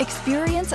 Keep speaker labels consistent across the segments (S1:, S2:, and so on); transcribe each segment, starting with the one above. S1: Experience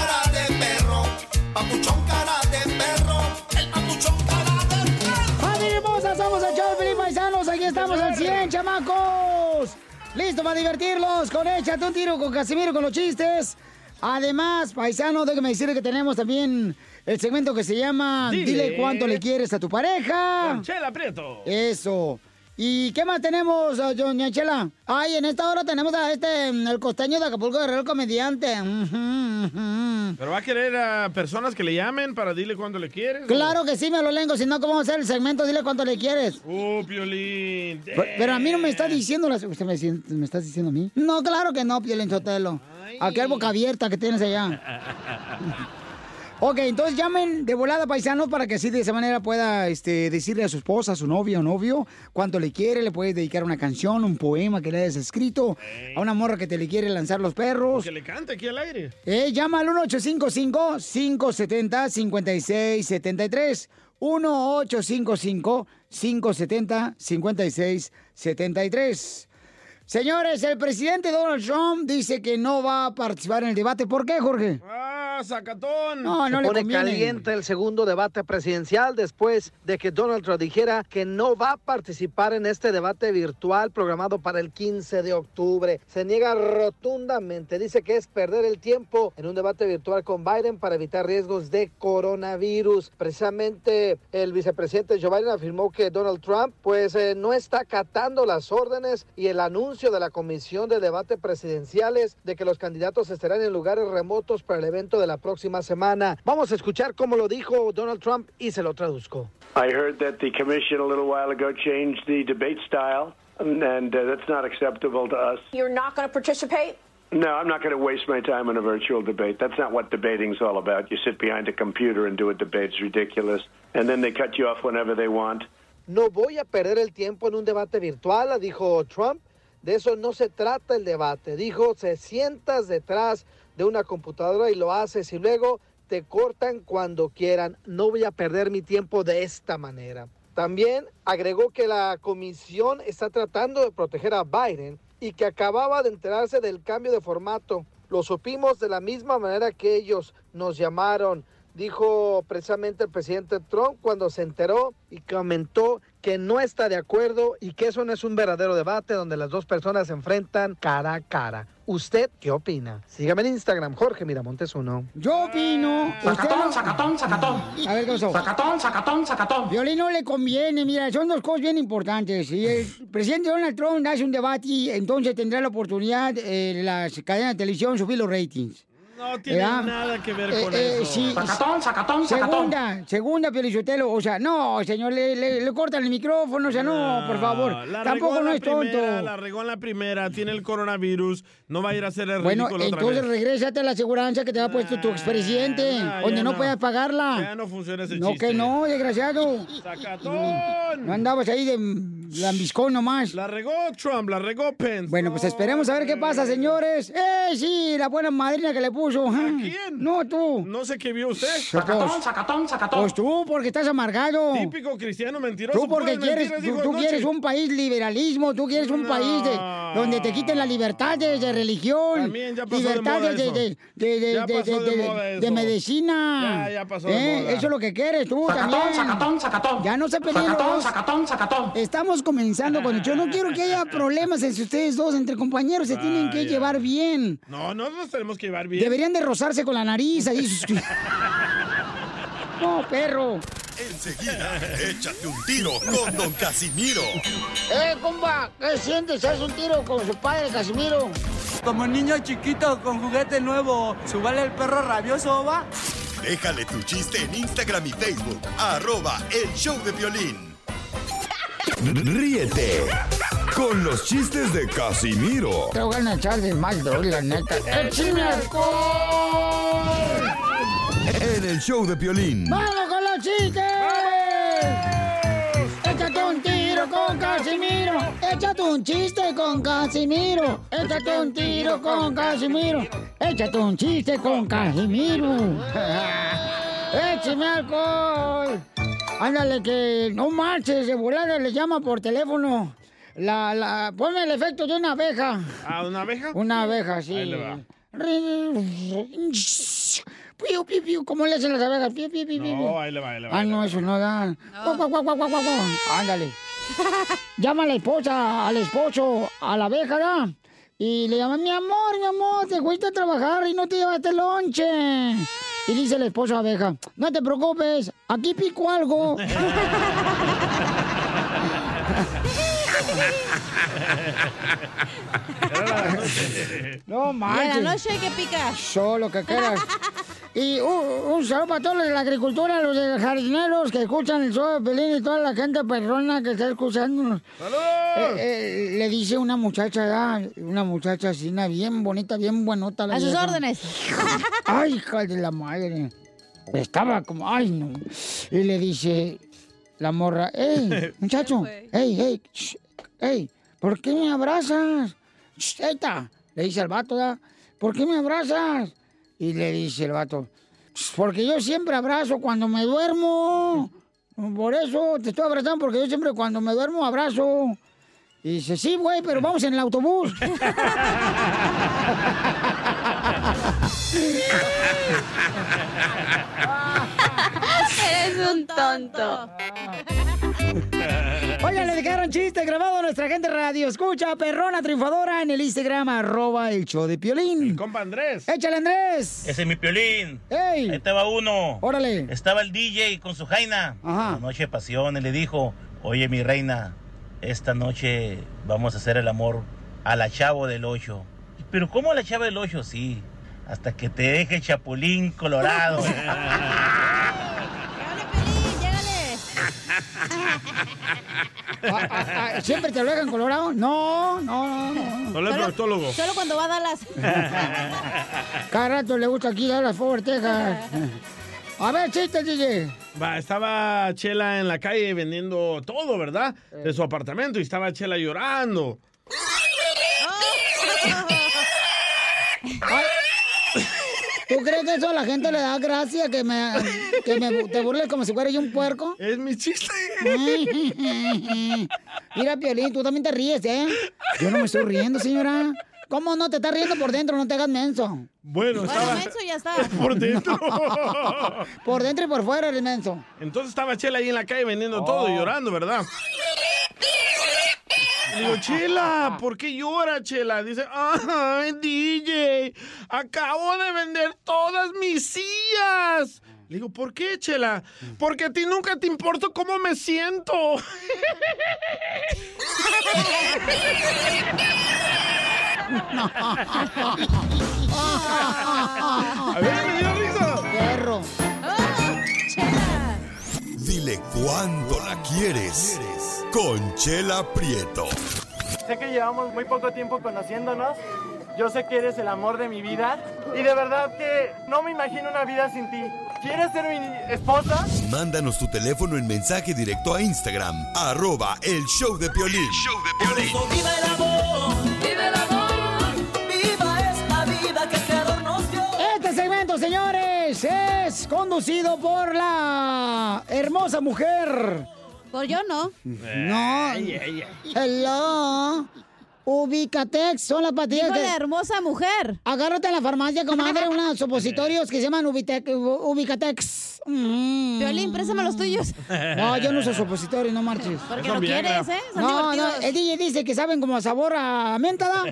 S2: ¡Familia hermosa! ¡Somos el show de Felipe Paisanos! ¡Aquí estamos al 100, chamacos! ¡Listo para divertirlos! Con Échate un tiro con Casimiro con los chistes. Además, paisano, déjame decirle que tenemos también el segmento que se llama Dile,
S3: Dile.
S2: cuánto le quieres a tu pareja.
S3: Chela Prieto.
S2: Eso. ¿Y qué más tenemos, eh, doña Chela? Ay, en esta hora tenemos a este, el costeño de Acapulco Guerrero, el comediante. Ujú, ujú.
S3: ¿Pero va a querer a personas que le llamen para dile cuándo le quieres?
S2: Claro que sí, me lo lengo, si no, ¿cómo vamos a hacer el segmento? Dile cuánto le quieres.
S3: ¡Oh, Piolín! eh,
S2: Pero, pero a mí no me está diciendo las... ¿Usted me, dicien- me estás diciendo a mí? No, claro que no, Piolín Sotelo. Aquel boca abierta que tienes allá. ok, entonces llamen de volada paisano para que así de esa manera pueda este, decirle a su esposa, a su novia o novio, cuánto le quiere, le puedes dedicar una canción, un poema que le hayas escrito, a una morra que te le quiere lanzar los perros.
S3: Que le cante aquí al aire.
S2: Eh, llama al 1855-570-5673. 1855-570-5673. Señores, el presidente Donald Trump dice que no va a participar en el debate. ¿Por qué, Jorge?
S3: ¡Ah, Zacatón!
S2: No, no
S4: Se
S2: le
S4: pone
S2: conviene.
S4: caliente el segundo debate presidencial después de que Donald Trump dijera que no va a participar en este debate virtual programado para el 15 de octubre. Se niega rotundamente, dice que es perder el tiempo en un debate virtual con Biden para evitar riesgos de coronavirus. Precisamente el vicepresidente Joe Biden afirmó que Donald Trump pues eh, no está acatando las órdenes y el anuncio de la Comisión de Debate Presidenciales de que los candidatos estarán en lugares remotos para el evento de la próxima semana. Vamos a escuchar cómo lo dijo Donald Trump y se lo traduzco.
S5: I heard that the commission a little while ago changed the debate style, and, and uh, that's not acceptable to us.
S6: You're not going to participate?
S5: No, I'm not going to waste my time on a virtual debate. That's not what debating's all about. You sit behind a computer and do a debate. It's ridiculous. And then they cut you off whenever they want.
S4: No voy a perder el tiempo en un debate virtual, dijo Trump. De eso no se trata el debate. Dijo, se sientas detrás de una computadora y lo haces y luego te cortan cuando quieran. No voy a perder mi tiempo de esta manera. También agregó que la comisión está tratando de proteger a Biden y que acababa de enterarse del cambio de formato. Lo supimos de la misma manera que ellos nos llamaron, dijo precisamente el presidente Trump cuando se enteró y comentó que no está de acuerdo y que eso no es un verdadero debate donde las dos personas se enfrentan cara a cara. ¿Usted qué opina? Sígame en Instagram, Jorge Miramontes uno.
S2: Yo opino. Sacatón, sacatón, sacatón. A ver qué pasó. Sacatón, sacatón, sacatón. Violín no le conviene, mira, son dos cosas bien importantes. Si el presidente Donald Trump hace un debate, y entonces tendrá la oportunidad eh, las cadenas de televisión subir los ratings.
S3: No tiene
S2: ¿Verdad?
S3: nada que ver
S2: Eh,
S3: con
S2: eh,
S3: eso.
S2: sí, sí. Segunda, segunda, Pielichotelo. O sea, no, señor, le, le- le cortan el micrófono. O sea, no, por favor.
S3: Ah, la
S2: Tampoco
S3: regó en
S2: no
S3: la
S2: es tonto.
S3: primera, La regó en la primera, tiene el coronavirus, no va a ir a hacer el
S2: Bueno,
S3: ridículo otra
S2: entonces
S3: vez.
S2: regrésate a la aseguranza que te ha puesto tu expresidente,
S3: nah,
S2: donde
S3: ya
S2: no,
S3: no.
S2: puedas pagarla.
S3: Ya no funciona ese
S2: No,
S3: chiste.
S2: que no, desgraciado.
S3: ¡Zacatón!
S2: No andabas ahí de lambiscón nomás.
S3: La regó Trump, la regó Pence.
S2: Bueno, pues esperemos a ver qué pasa, señores. ¡Eh, sí! La buena madrina que le puso. ¿A quién? No, tú.
S3: No sé qué vio usted.
S2: Sacatón,
S3: sacatón, sacatón.
S2: Pues tú, porque estás amargado.
S3: Típico cristiano mentiroso.
S2: Tú porque
S3: puras
S2: quieres,
S3: mentiras
S2: tú,
S3: dijo
S2: tú
S3: anoche.
S2: quieres un país liberalismo, tú quieres un país de- donde te quiten las libertades de religión,
S3: También ya pasó de
S2: libertades
S3: moda
S2: de,
S3: eso.
S2: de- de-
S3: Ya
S2: de-
S3: pasó
S2: de-
S3: de
S2: de-
S3: moda eso.
S2: de medicina.
S3: Ya, ya pasó de
S2: ¿Eh?
S3: moda.
S2: Eso es lo que quieres tú
S3: Sacatón,
S2: también.
S3: sacatón,
S2: Ya no se peleen
S3: Sacatón,
S2: sacatón, sacatón. Estamos comenzando con yo no quiero que haya problemas entre ustedes dos, entre compañeros, se tienen que
S3: Vaya.
S2: llevar bien.
S3: No, no nos tenemos que llevar bien.
S2: Deberían de rozarse con la nariz ahí. sus- No, perro.
S7: Enseguida, échate un tiro con Don Casimiro.
S2: ¡Eh, compa! ¿Qué sientes? ¿Haz un tiro con su padre, Casimiro?
S6: Como niño chiquito con juguete nuevo, ¿subale el perro rabioso va?
S7: Déjale tu chiste en Instagram y Facebook, arroba el show de violín.
S8: Ríete con los chistes de Casimiro
S2: Te voy a echar de mal, doy, la neta. ¡Échame alcohol!
S8: en el show de violín.
S2: ¡Vamos con los chistes! Échate un tiro con Casimiro. Échate un chiste con Casimiro. Échate un tiro con Casimiro. Échate un chiste con Casimiro. ¡Échame alcohol! Ándale, que no marches, de volada le llama por teléfono. La, la, ponme el efecto de una abeja.
S3: ¿A una abeja?
S2: Una abeja, sí.
S3: Ahí le va.
S2: Piu, piu, piu. ¿Cómo le hacen las abejas? Piu, piu, piu, piu.
S3: No, ahí le va, ahí le va.
S2: Ah, no, eso no da. Guau, guau, guau, guau, guau, guau, guau. Ándale. Llama a la esposa, al esposo, a la abeja, ¿da? Y le llama, mi amor, mi amor, te fuiste a trabajar y no te llevaste lonche. Y dice el esposo a la abeja, no te preocupes, aquí pico algo. No manches.
S9: Y a la noche que pica.
S2: Solo que quieras. Y un, un saludo para todos los de la agricultura, los de los jardineros que escuchan el show de Pelín y toda la gente perrona que está escuchándonos. Eh, eh, le dice una muchacha, ah, una muchacha así, una bien bonita, bien buenota. la
S9: A sus
S2: vieja.
S9: órdenes.
S2: Ay, hija de la madre. Estaba como, ay, no. Y le dice la morra, hey, muchacho, hey, hey, shh, hey, ¿por qué me abrazas? Shh, eita", le dice al vato, ¿da? ¿por qué me abrazas? Y le dice el vato, "Pues, porque yo siempre abrazo cuando me duermo. Por eso te estoy abrazando, porque yo siempre cuando me duermo abrazo. Y dice, sí, güey, pero vamos en el autobús. Ah,
S9: Eres un tonto.
S2: Oigan, le dejaron chiste grabado a nuestra gente radio. Escucha, perrona triunfadora en el Instagram, arroba el show de Piolín. El
S3: compa Andrés.
S2: Échale, Andrés.
S10: Ese es mi piolín.
S2: ¡Ey!
S10: Ahí estaba uno.
S2: Órale.
S10: Estaba el DJ con su jaina. La noche de pasiones le dijo, oye mi reina, esta noche vamos a hacer el amor a la chavo del ocho. Pero ¿cómo a la chava del ocho? Sí, hasta que te deje el chapulín colorado.
S2: Ah, ah, ah, ¿Siempre te lo dejan colorado? No, no, no.
S3: Solo el proctólogo.
S9: Solo cuando va a Dallas.
S2: Cada rato le gusta aquí dar las Fort Texas. A ver, chiste, DJ.
S3: Va, estaba Chela en la calle vendiendo todo, ¿verdad? De su apartamento y estaba Chela llorando.
S2: Ay, ¿Tú crees que eso a la gente le da gracia que me, que me bu- te burles como si fuera yo un puerco?
S3: Es mi chiste.
S2: Mira, Piolín, tú también te ríes, ¿eh? Yo no me estoy riendo, señora. ¿Cómo no? Te estás riendo por dentro, no te hagas menso.
S3: Bueno, estaba...
S9: menso ya está.
S3: Por dentro.
S2: por dentro y por fuera Oh. eres menso.
S3: Entonces estaba Chela ahí en la calle vendiendo todo y llorando, ¿verdad? Le Digo, Chela, ¿por qué llora, Chela? Dice, ay, DJ, acabo de vender todas mis sillas. Le digo, ¿por qué, Chela? Porque a ti nunca te importa cómo me siento.
S2: A
S3: ver, me dio risa.
S2: Perro.
S7: Dile cuándo la quieres. Conchela Prieto.
S11: Sé que llevamos muy poco tiempo conociéndonos,
S12: Yo sé que eres el amor de mi vida y de verdad que no me imagino una vida sin ti. ¿Quieres ser mi esposa?
S7: Mándanos tu teléfono en mensaje directo a Instagram, arroba el show de Piolín.
S13: ¡Viva el amor! ¡Viva el amor! ¡Viva esta vida que se adornó!
S2: Este segmento, señores, es conducido por la hermosa mujer.
S9: Por yo no.
S2: No. Hello. Ubicatec, son las pastillas
S9: Dijo la
S2: hermosa mujer. Agárrate en la farmacia, comadre, unos supositorios que se llaman Ubitec- U- Ubicatex. Violín, préstame los tuyos. No, yo no uso supositorios, no marches.
S9: Porque Son no Viagra. quieres, ¿eh? Son
S2: no, no,
S9: divertidos.
S2: el DJ dice que saben como a sabor a menta, ¿da?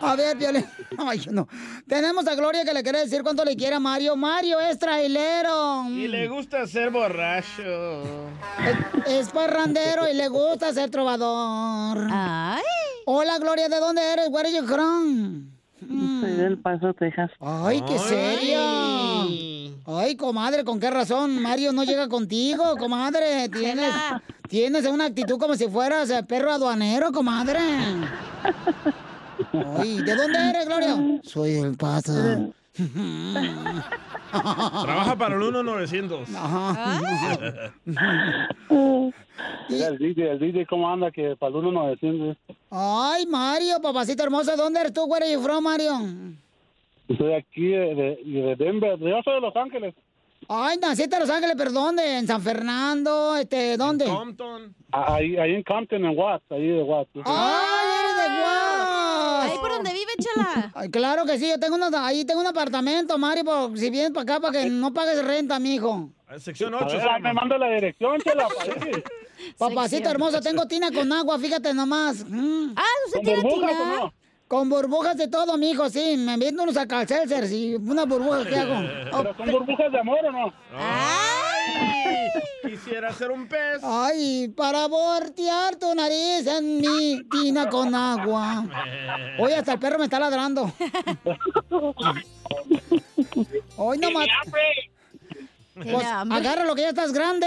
S2: A ver, Violín. Ay, no. Tenemos a Gloria que le quiere decir cuánto le quiere a Mario. Mario es trailero.
S3: Y le gusta ser borracho.
S2: Es parrandero y le gusta ser trovador. Hola, Gloria, ¿de dónde eres? Where are you from?
S14: Soy del Paso, Texas.
S2: Ay, qué serio. Ay, comadre, ¿con qué razón? Mario no llega contigo, comadre. Tienes, tienes una actitud como si fueras eh, perro aduanero, comadre. Ay, ¿de dónde eres, Gloria? Soy el Paso.
S3: Trabaja para el 1900.
S2: Ajá.
S15: Mira Ah. el DJ, el DJ, ¿cómo anda? Que para el uno no desciende.
S2: Ay, Mario, papacito hermoso, ¿dónde eres tú? Where are you from, Mario?
S15: Estoy aquí de, de- de Denver. Yo soy de Los Ángeles.
S2: Ay, naciste en Los Ángeles, pero ¿dónde? ¿En San Fernando? Este, ¿Dónde?
S15: A- Ahí, ahí en Compton, en Watts, ahí de Watts.
S2: ¡Ay, eres de Guas! Ahí por donde vive, chala. claro que sí, yo tengo una, ahí tengo un apartamento, Mario, por- si vienes para acá para que no pagues renta, mijo.
S3: Sección
S15: A
S3: 8.
S15: ver, me manda la dirección, chela.
S2: Papacito hermoso, tengo tina con agua, fíjate nomás. Ah,
S15: ¿usted ¿Con tiene burbujas tina? o no?
S2: Con burbujas de todo, mijo, sí. Me viendo unos alcalcelsers y unas burbujas, ¿qué hago?
S15: ¿Pero son burbujas de amor o no?
S3: Quisiera ser un pez.
S2: Ay, para voltear tu nariz en mi tina con agua. Oye, hasta el perro me está ladrando. Hoy no más. Pues, agarra lo que ya estás grande.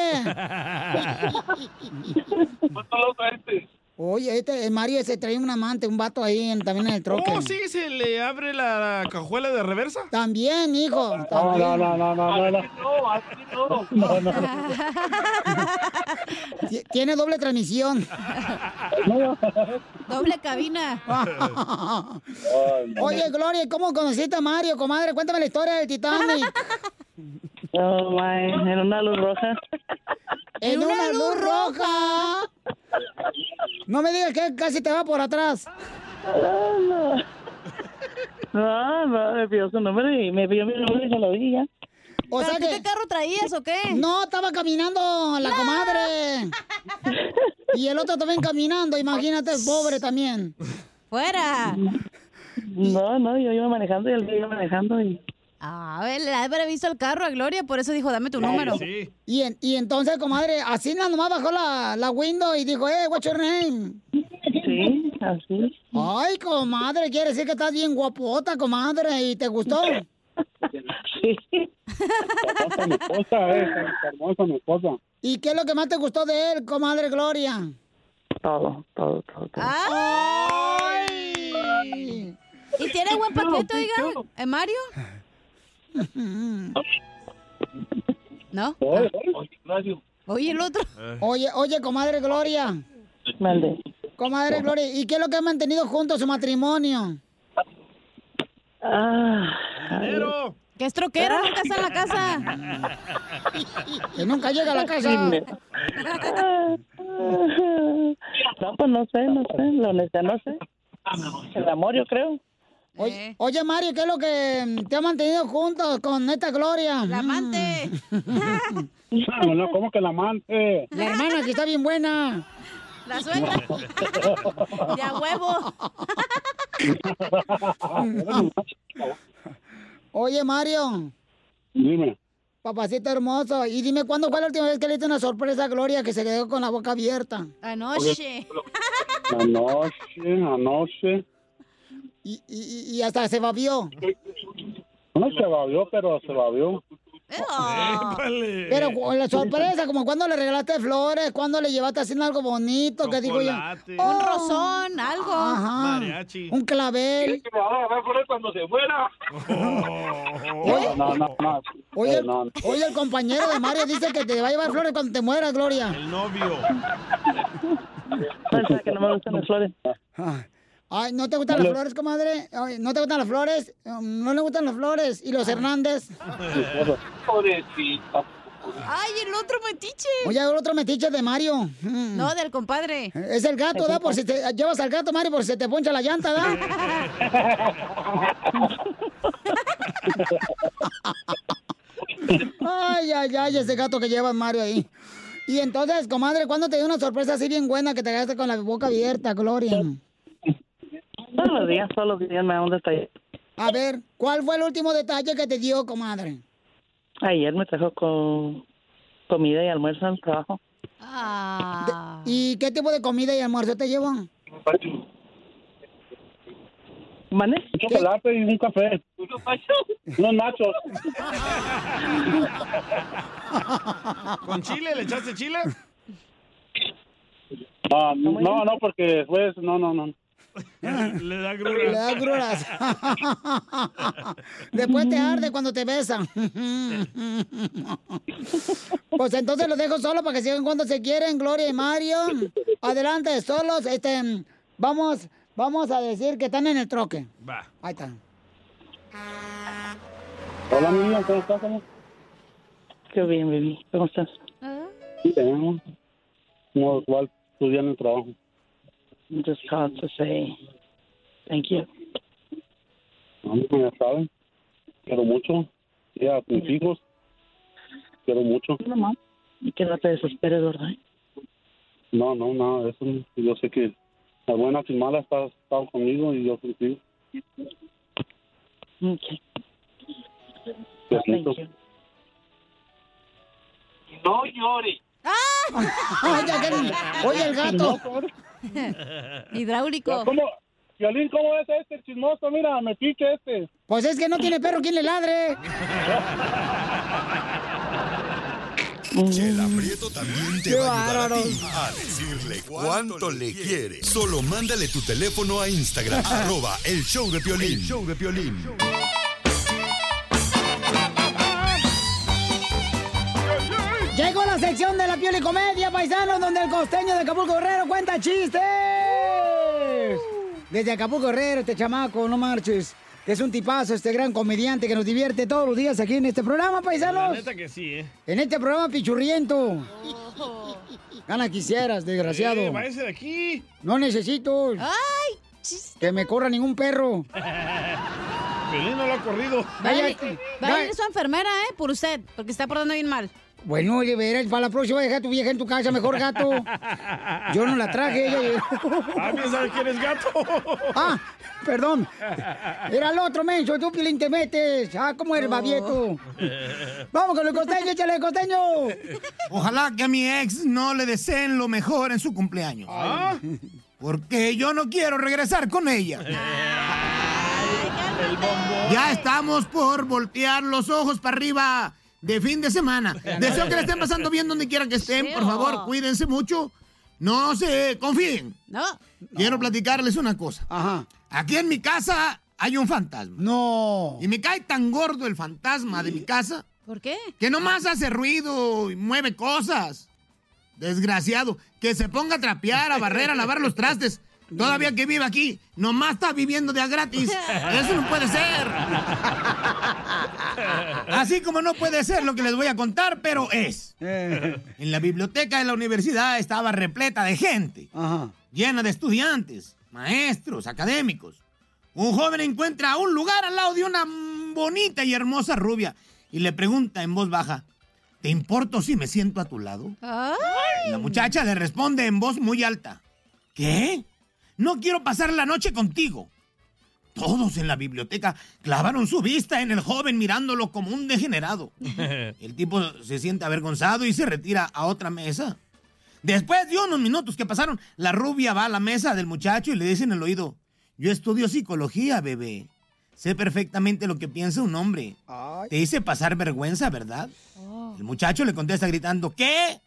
S2: Oye, este, el Mario se trae un amante, un vato ahí en- también en el troque.
S3: ¿Cómo Oh, sí se le abre la cajuela de reversa?
S2: También, hijo.
S15: No,
S2: también.
S15: no, no, no, no, no. No, no, no.
S2: Ti- Tiene doble transmisión. doble cabina. Oye, Gloria, ¿cómo conociste a Mario, comadre? Cuéntame la historia del Titanic.
S14: Oh, my. En una luz roja.
S2: en una luz roja. No me digas que casi te va por atrás.
S14: No, Ah, no, me pidió su número y me pidió mi número y se lo di ya.
S2: O sea que... qué carro traías o qué? No, estaba caminando la comadre. y el otro también caminando, imagínate, pobre también. Fuera.
S14: No, no, yo iba manejando y él iba manejando y...
S9: A ver, le ha de haber visto el carro a Gloria, por eso dijo, dame tu número.
S2: Y, en- y entonces, comadre, así nada más bajó la, Ah, la window y dijo, eh, what's your name?
S14: Sí, así.
S2: Ay, comadre, quiere decir que estás bien guapota, comadre, y te gustó.
S15: Hermosa mi esposa, eh. Hermosa mi esposa.
S2: ¿Y qué es lo que más te gustó de él, comadre Gloria?
S14: Todo, todo, todo. todo.
S2: ¡Ay!
S9: ¿Y tiene buen paquete, oiga? ¿Eh, Mario?
S2: ¿No?
S9: Ah. Oye, el otro.
S2: Oye, oye, comadre Gloria.
S14: Mande.
S2: Comadre Gloria, ¿y qué es lo que han mantenido juntos su matrimonio?
S14: Ah,
S9: Que es troquero, nunca está en la casa.
S2: Que nunca llega a la casa.
S14: Dime. No, pues no sé, no sé, la honestidad no sé. El amor, yo creo.
S9: Eh.
S2: Oye, oye, Mario, ¿qué es lo que mm, te ha mantenido juntos con esta Gloria? Mm. La amante.
S15: No, no, ¿cómo que la amante?
S2: La hermana que está bien buena.
S9: La suegra. De a huevo.
S2: Oye, Mario,
S15: Dime.
S2: papacito hermoso, y dime cuándo fue la última vez que le diste una sorpresa a Gloria que se quedó con la boca abierta.
S9: Anoche.
S15: Anoche, anoche.
S2: Y, y- y hasta se babió.
S15: No se babió, pero se babió.
S3: Épale.
S2: Pero cu- la sorpresa, como cuando le regalaste flores, cuando le llevaste haciendo algo bonito, que digo yo.
S3: Chocolate.
S2: "Oh".
S9: Un rosón, algo.
S2: Ajá.
S3: Mariachi.
S2: Un clavel.
S16: ¿Quieres que me
S2: Ah,
S16: vaya a ver por él cuando se muera?
S2: Oye.
S16: No, no, no.
S2: Oye,
S16: Eh, no, no.
S2: oye, el compañero de Mario dice que te va a llevar flores cuando te mueras, Gloria.
S3: El novio.
S16: Piensa que no me gustan las flores.
S2: Ay, ¿no te gustan
S16: Vale.
S2: las flores, comadre? Ay, ¿No te gustan las flores? Um, ¿No le gustan las flores? ¿Y los Hernández?
S16: Pobrecito.
S9: Ay, el otro metiche.
S2: Oye, el otro metiche de Mario. Mm.
S9: No, del compadre.
S2: Es el gato, ¿da? Por si te llevas al gato, Mario, por si se te poncha la llanta, ¿da? Ay, ay, ay, ese gato que llevas, Mario, ahí. Y entonces, comadre, ¿cuándo te dio una sorpresa así bien buena que te quedaste con la boca abierta, Gloria?
S12: Todos los días, todos los días me da un detalle.
S2: A ver, ¿cuál fue el último detalle que te dio, comadre?
S12: Ayer me trajo con comida y almuerzo al trabajo.
S2: ¿Y qué tipo de comida y almuerzo te llevó?
S16: ¿Mané? Un chocolate y un café. Unos nachos.
S3: ¿Con chile? ¿Le echaste chile?
S16: Ah, no, no, porque después, no, no, no.
S3: Le da gruras.
S2: Le da gruras. Después te arde cuando te besan. Pues entonces los dejo solos para que sigan cuando se quieren, Gloria y Mario. Adelante, solos. Este, vamos, vamos a decir que están en el troque.
S3: Va.
S2: Ahí están.
S16: Hola, mi niña, ¿cómo estás, amor? Qué bien, baby. ¿Cómo estás? Bien, amor. No, igual, tu día en el trabajo.
S12: Just called to say thank you.
S16: A mí ya saben. Quiero mucho. Y a tus hijos. Quiero mucho.
S12: No, mamá. Y que no te desesperes, ¿verdad?
S16: No, no, no, eso no. yo sé que la buena y mala está, estado conmigo y yo contigo.
S12: Okay.
S16: Te siento.
S12: No llores.
S17: Ah.
S2: Oye, el gato.
S9: Hidráulico.
S16: ¿Cómo? Violín, ¿cómo es este chismoso? Mira, me pique este.
S2: Pues es que no tiene perro quien le ladre.
S7: Chela Prieto también te
S2: Qué
S7: va a ayudar a
S2: bárbaro.
S7: ti a decirle cuánto le quiere. Solo mándale tu teléfono a Instagram, arroba el show de Piolín. show de Piolín.
S2: Llegó la sección de la piel y comedia, paisanos, donde el costeño de Acapulco Guerrero cuenta chistes. Desde Acapulco Guerrero, este chamaco, no marches, que es un tipazo, este gran comediante que nos divierte todos los días aquí en este programa,
S3: La
S2: paisanos.
S3: neta que sí, ¿eh?
S2: En este programa pichurriento. Gana quisieras, desgraciado.
S3: Eh, váyase de aquí.
S2: No necesito
S9: Ay, chis-
S2: que me corra ningún perro.
S3: Pelín no lo ha corrido.
S9: Vale,
S2: Cállate.
S9: vale, es su enfermera, ¿eh? Por usted, porque está portando bien mal.
S2: Bueno, oye, verás, para la próxima deja a tu vieja en tu casa, mejor gato. Yo no la traje, ella llegó.
S3: Ah, piensa que eres gato.
S2: Ah, perdón. Era el otro menso, tú Pilín te metes. Ah, cómo eres, babieto. Vamos con el costeño, échale costeño.
S17: Ojalá que a mi ex no le deseen lo mejor en su cumpleaños.
S2: Ah.
S17: Porque yo no quiero regresar con ella. Ya estamos por voltear los ojos para arriba de fin de semana. Deseo que le estén pasando bien donde quiera que estén. Por
S2: oh.
S17: favor, cuídense mucho. No se confíen.
S9: No.
S17: Quiero platicarles una cosa. Aquí en mi casa hay un fantasma.
S2: No.
S17: Y me cae tan gordo el fantasma de mi casa.
S9: ¿Por qué?
S17: Que nomás hace ruido y mueve cosas. Desgraciado. Que se ponga a trapear, a barrer, a lavar los trastes. Todavía que vive aquí, nomás está viviendo de a gratis. Eso no puede ser. Así como no puede ser lo que les voy a contar, pero es. En la biblioteca de la universidad estaba repleta de gente. Llena de estudiantes, maestros, académicos. Un joven encuentra un lugar al lado de una bonita y hermosa rubia y le pregunta en voz baja, ¿te importo si me siento a tu lado? La muchacha le responde en voz muy alta. ¿Qué? No quiero pasar la noche contigo. Todos en la biblioteca clavaron su vista en el joven mirándolo como un degenerado. El tipo se siente avergonzado y se retira a otra mesa. Después de unos minutos que pasaron, la rubia va a la mesa del muchacho y le dice en el oído, yo estudio psicología, bebé. Sé perfectamente lo que piensa un hombre. Te hice pasar vergüenza, ¿verdad? El muchacho le contesta gritando, ¿qué?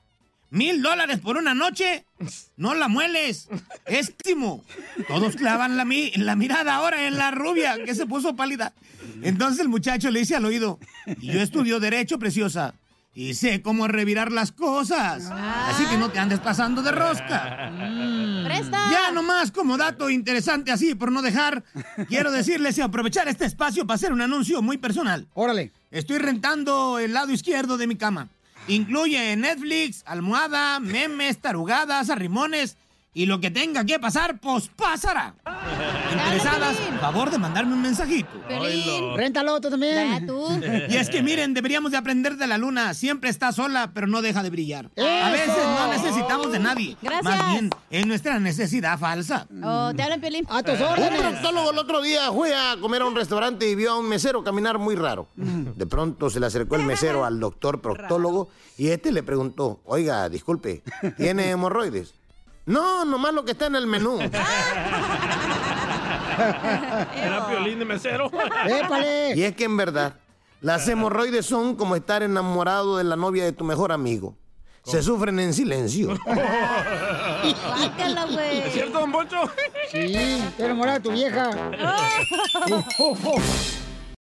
S17: ¿Mil dólares por una noche? No la mueles. Es timo. Todos clavan la, mi- la mirada ahora en la rubia, que se puso pálida. Entonces el muchacho le dice al oído, y yo estudio derecho, preciosa, y sé cómo revirar las cosas. Así que no te andes pasando de rosca.
S2: Mm.
S17: Ya nomás como dato interesante así, por no dejar, quiero decirles y aprovechar este espacio para hacer un anuncio muy personal.
S2: Órale.
S17: Estoy rentando el lado izquierdo de mi cama. Incluye Netflix, almohada, memes, tarugadas, arrimones y lo que tenga que pasar, pues pasará. Interesadas, favor de mandarme un mensajito.
S2: Piolín. Réntalo tú también.
S17: Y es que miren, deberíamos de aprender de la luna. Siempre está sola, pero no deja de brillar. A
S9: ¡Eso!
S17: veces no necesitamos de nadie.
S9: Gracias.
S17: Más bien, es nuestra necesidad falsa.
S2: Mm.
S9: Oh, te hablan, Piolín.
S18: A Un proctólogo el otro día fue a comer a un restaurante y vio a un mesero caminar muy raro. De pronto se le acercó el mesero al doctor proctólogo y este le preguntó, oiga, disculpe, ¿tiene hemorroides? No, nomás lo que está en el menú.
S3: Era piolín de mesero.
S18: Y es que en verdad, las hemorroides son como estar enamorado de la novia de tu mejor amigo. Se sufren en silencio.
S9: Guácala, güey.
S3: ¿Es cierto, don Poncho?
S2: Sí, te enamorada de tu vieja.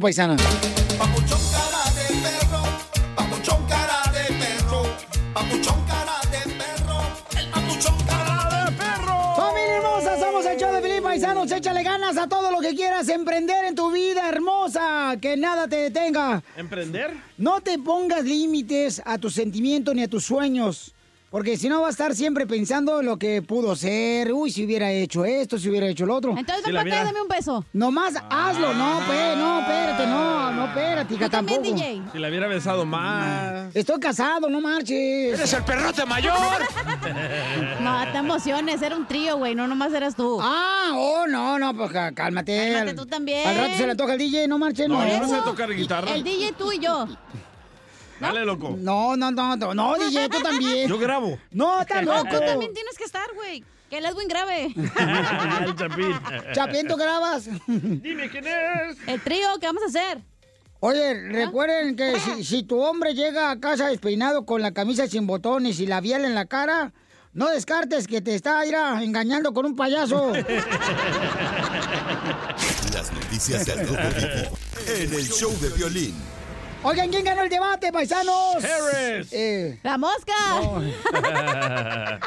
S2: paisana.
S14: Papuchón cara de perro. Papuchón cara de perro. El papuchón cara de perro.
S2: Familia hermosa, somos el show de Felipe Paisanos. Échale ganas a todo lo que quieras emprender en tu vida hermosa. Que nada te detenga.
S3: ¿Emprender?
S2: No te pongas límites a tus sentimientos ni a tus sueños. Porque si no, va a estar siempre pensando en lo que pudo ser. Uy, si hubiera hecho esto, si hubiera hecho lo otro.
S9: Entonces, ven para acá, dame un beso.
S2: Nomás hazlo.
S3: Ah.
S2: No, pe, no, espérate, no, no, espérate, hija, tampoco.
S3: Si la hubiera besado más.
S2: Estoy casado, no marches.
S3: ¡Eres el perrote mayor!
S9: No, te emociones, era un trío, güey, no nomás eras tú.
S2: Ah, oh, no, no, pues cá- cálmate.
S9: Cálmate tú también.
S2: Al rato se le toca al DJ, no marchen.
S3: No, yo no
S2: Eso.
S3: sé tocar guitarra.
S9: El DJ tú y yo.
S3: Dale, loco.
S2: No, no, no, no, no, DJ, tú también.
S3: Yo grabo.
S2: No, está
S9: No, tú
S2: loco.
S9: también tienes que estar, güey. Que el Edwin grave.
S3: el chapín.
S2: Chapín, ¿tú grabas?
S3: Dime quién es.
S9: El trío, ¿qué vamos a hacer? ¿Eh?
S2: Oye, recuerden que si, si tu hombre llega a casa despeinado con la camisa sin botones y la biel en la cara, no descartes que te está mira, engañando con un payaso.
S7: Las noticias del rojo vivo en el show de violín.
S2: Oigan, ¿quién ganó el debate, paisanos?
S9: Harris.
S2: Eh,
S9: ¡La mosca!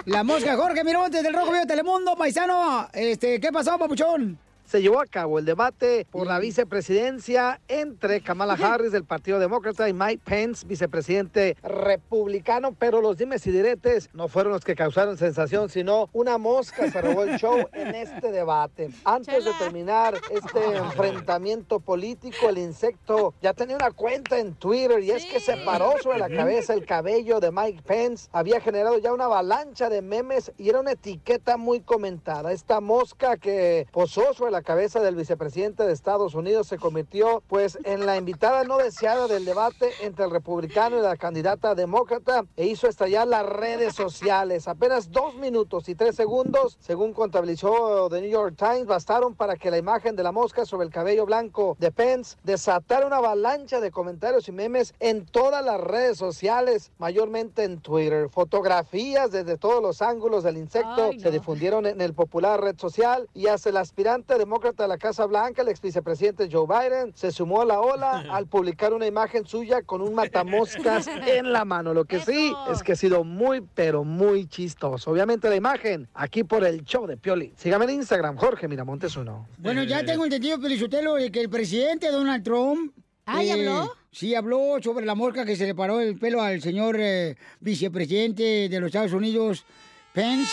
S2: la mosca, Jorge Mirón, desde el Rojo Vivo de Telemundo, paisano. Este, ¿qué pasó, papuchón?
S4: Se llevó a cabo el debate por la vicepresidencia entre Kamala Harris del Partido Demócrata y Mike Pence, vicepresidente republicano, pero los dimes y diretes no fueron los que causaron sensación, sino una mosca se robó el show en este debate. Antes de terminar este enfrentamiento político, el insecto ya tenía una cuenta en Twitter y es que se paró sobre la cabeza el cabello de Mike Pence. Había generado ya una avalancha de memes y era una etiqueta muy comentada. Esta mosca que posó sobre la cabeza del vicepresidente de Estados Unidos se convirtió pues en la invitada no deseada del debate entre el republicano y la candidata demócrata e hizo estallar las redes sociales. Apenas dos minutos y tres segundos, según contabilizó The New York Times, bastaron para que la imagen de la mosca sobre el cabello blanco de Pence desatara una avalancha de comentarios y memes en todas las redes sociales, mayormente en Twitter. Fotografías desde todos los ángulos del insecto
S19: Ay,
S4: se difundieron en el popular red social y hasta el aspirante demócrata a la Casa Blanca, el ex vicepresidente Joe Biden, se sumó a la ola al publicar una imagen suya con un matamoscas en la mano. Lo que sí es que ha sido muy, pero muy chistoso. Obviamente la imagen aquí por el show de Pioli. Sígame en Instagram, Jorge Miramontes uno.
S2: Bueno, ya tengo entendido, Pelizotelo, de que el presidente Donald Trump. eh,
S4: Ah, ¿ya habló?
S2: Sí, habló sobre la mosca que se le paró el pelo al señor eh, vicepresidente de los Estados Unidos, Pence.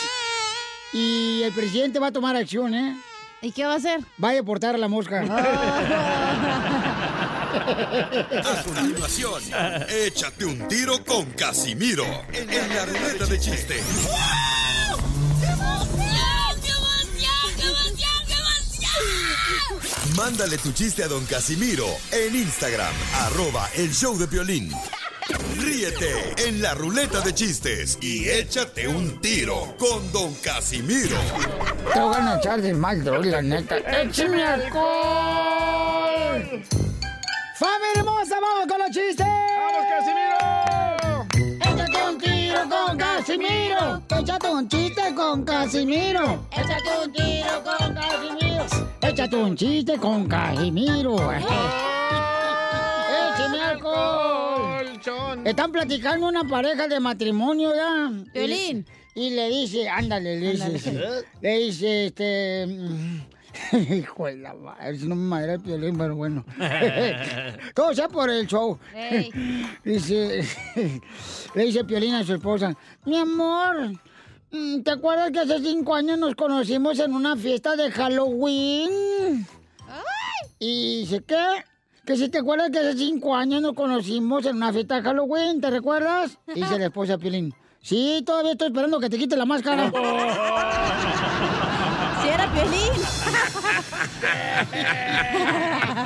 S2: Y el presidente va a tomar acción, ¿eh?
S9: ¿Y qué va a hacer?
S2: Va a deportar a la mosca.
S9: Ah.
S7: A continuación, échate un tiro con Casimiro en la ruleta de chiste. Mándale tu chiste a don Casimiro en Instagram, arroba el show de Piolín. Ríete en la ruleta de chistes y échate un tiro con don Casimiro.
S2: Te van a echar de mal, droga, la neta. ¡Échame alcohol! ¡Familia hermosa, vamos con los chistes! ¡Vamos, Casimiro! ¡Échate un tiro con Casimiro! ¡Échate un chiste con Casimiro! ¡Échate un tiro con Casimiro! ¡Échate un chiste con Casimiro! ¡Échame alcohol! Están platicando una pareja de matrimonio ya.
S9: Piolín.
S2: Y, y le dice, ándale, le dice.
S9: Ándale.
S2: Le dice, este. mm, Hijo de la madre, si no me madre el piolín, pero bueno. Todo sea por el show.
S9: Ey.
S2: Dice, le dice Piolín a su esposa, mi amor, mm, ¿te acuerdas que hace cinco años nos conocimos en una fiesta de Halloween? Y dice, ¿qué? Que si te acuerdas que hace cinco años nos conocimos en una fiesta de Halloween, ¿te recuerdas? Y dice la esposa de Piolín, sí, todavía estoy esperando que te quite la máscara.
S9: Si era Piolín.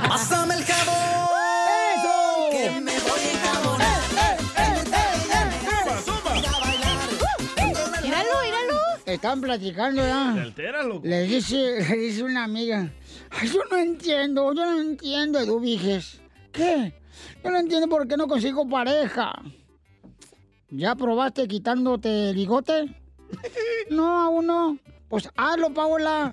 S14: Pásame el jabón. Que me voy a enjabonar.
S9: ¡Míralo, míralo!
S2: Están platicando ya.
S3: Te alteras, loco.
S2: Le dice, le dice una amiga, "Ay, yo no entiendo, yo no entiendo, Edu Viges. ¿Qué? Yo no entiendo por qué no consigo pareja. ¿Ya probaste quitándote el bigote? No, aún no. Pues hazlo, Paola.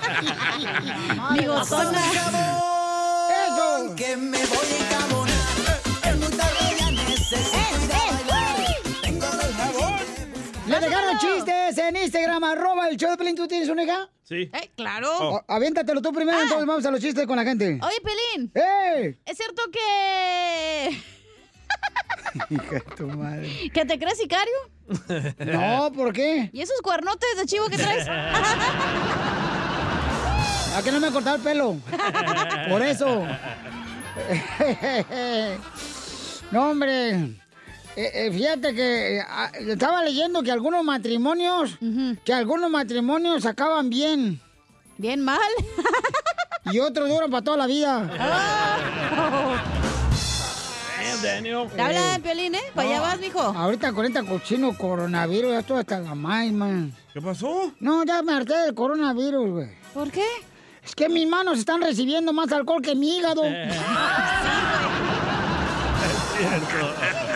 S14: ¡Chela!
S2: Mi gozona.
S14: ¡Pásame el jabón! Que me voy a enjabonar. Es muy tarde, ya
S2: Eh,
S14: necesito bailar. Tengo el jabón.
S2: Le dejaron chistes en Instagram, arroba el show de Pelín. ¿Tú tienes una hija?
S3: Sí.
S9: Eh, claro.
S2: O- aviéntatelo tú primero, entonces vamos a los chistes con la gente.
S9: Ah. Oye, Pelín.
S2: ¡Eh!
S9: ¿Es cierto que...
S2: Hija de tu madre.
S9: que te crees sicario?
S2: No,
S14: Eh.
S2: ¿por qué?
S9: ¿Y esos cuernotes de chivo que traes?
S2: ¿A qué no me he cortado el pelo? Por eso. No, hombre. Eh, eh, fíjate que eh, ah, estaba leyendo que algunos matrimonios, que algunos matrimonios acaban bien.
S9: Bien mal.
S2: Y otros duran para toda la vida. Eh,
S3: Damn, Daniel.
S9: Ah. Te hablan, Piolín, ¿eh? Para allá vas, mijo.
S2: Ahorita con este cochino coronavirus, ya estoy hasta la maima.
S3: ¿Qué pasó?
S2: No, ya me harté del coronavirus, güey.
S9: ¿Por qué?
S2: Es que mis manos están recibiendo más alcohol
S3: Eh.
S2: que mi hígado.
S14: Es cierto.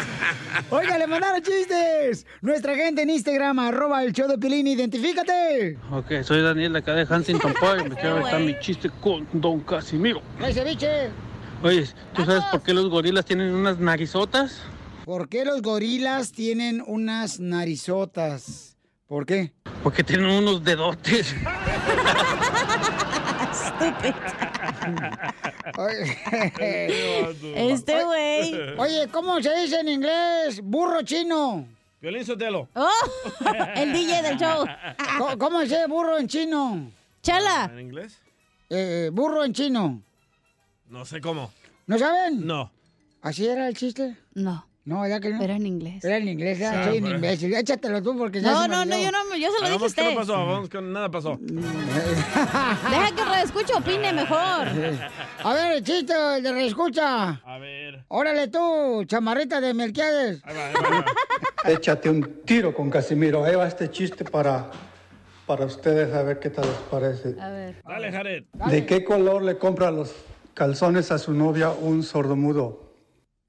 S2: Oiga, le mandaron chistes. Nuestra gente en Instagram, arroba el show de Pilín, identifícate.
S19: Ok, soy Daniel de acá de Huntington Park. Me quiero aventar mi chiste con Don Casimiro.
S2: ¡Ay, ceviche!
S19: Oye, ¿tú sabes por qué los gorilas tienen unas narizotas?
S2: ¿Por qué los gorilas tienen unas narizotas? ¿Por qué?
S19: Porque tienen unos dedotes.
S2: Este güey. Oye, ¿cómo se dice en inglés? Burro chino.
S3: Violín Sotelo.
S2: Oh, el DJ del show. ¿Cómo, cómo se dice burro en chino? Chala.
S3: ¿En inglés?
S2: Eh, burro en chino.
S3: No sé cómo.
S2: ¿No saben?
S3: No.
S2: ¿Así era el chiste? No. No, ¿verdad que no? Era en inglés. Era en inglés, ya,
S3: Sí,
S2: soy un
S3: Ah, pero-
S2: imbécil. Échatelo tú porque ya se
S9: No,
S2: me
S9: no, no,
S2: olvidó.
S9: yo no me- yo se lo dije a
S3: Vamos que
S9: usted.
S3: no pasó, vamos que nada pasó.
S9: Deja que reescuche, opine mejor.
S2: A ver, el chiste de reescucha. A ver. Órale tú, chamarrita de Melquiades.
S20: Échate un tiro con Casimiro. Ahí va este chiste para, para ustedes a ver qué tal les parece.
S3: A ver. Dale, Jared.
S20: ¿De qué color le compra los calzones a su novia un sordomudo?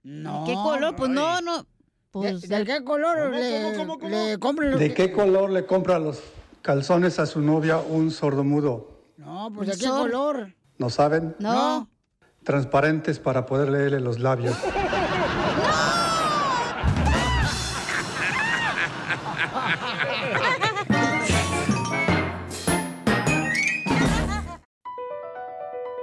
S2: No.
S9: ¿Qué color? Pues no, no. Pues,
S2: ¿De, de qué color le, le compro lo
S20: ¿De
S2: que-
S20: qué color le compra los calzones a su novia un sordomudo?
S2: No, pues de
S9: Un
S2: qué
S9: sol.
S2: color.
S20: ¿No saben?
S2: No.
S20: Transparentes para poder leerle los labios.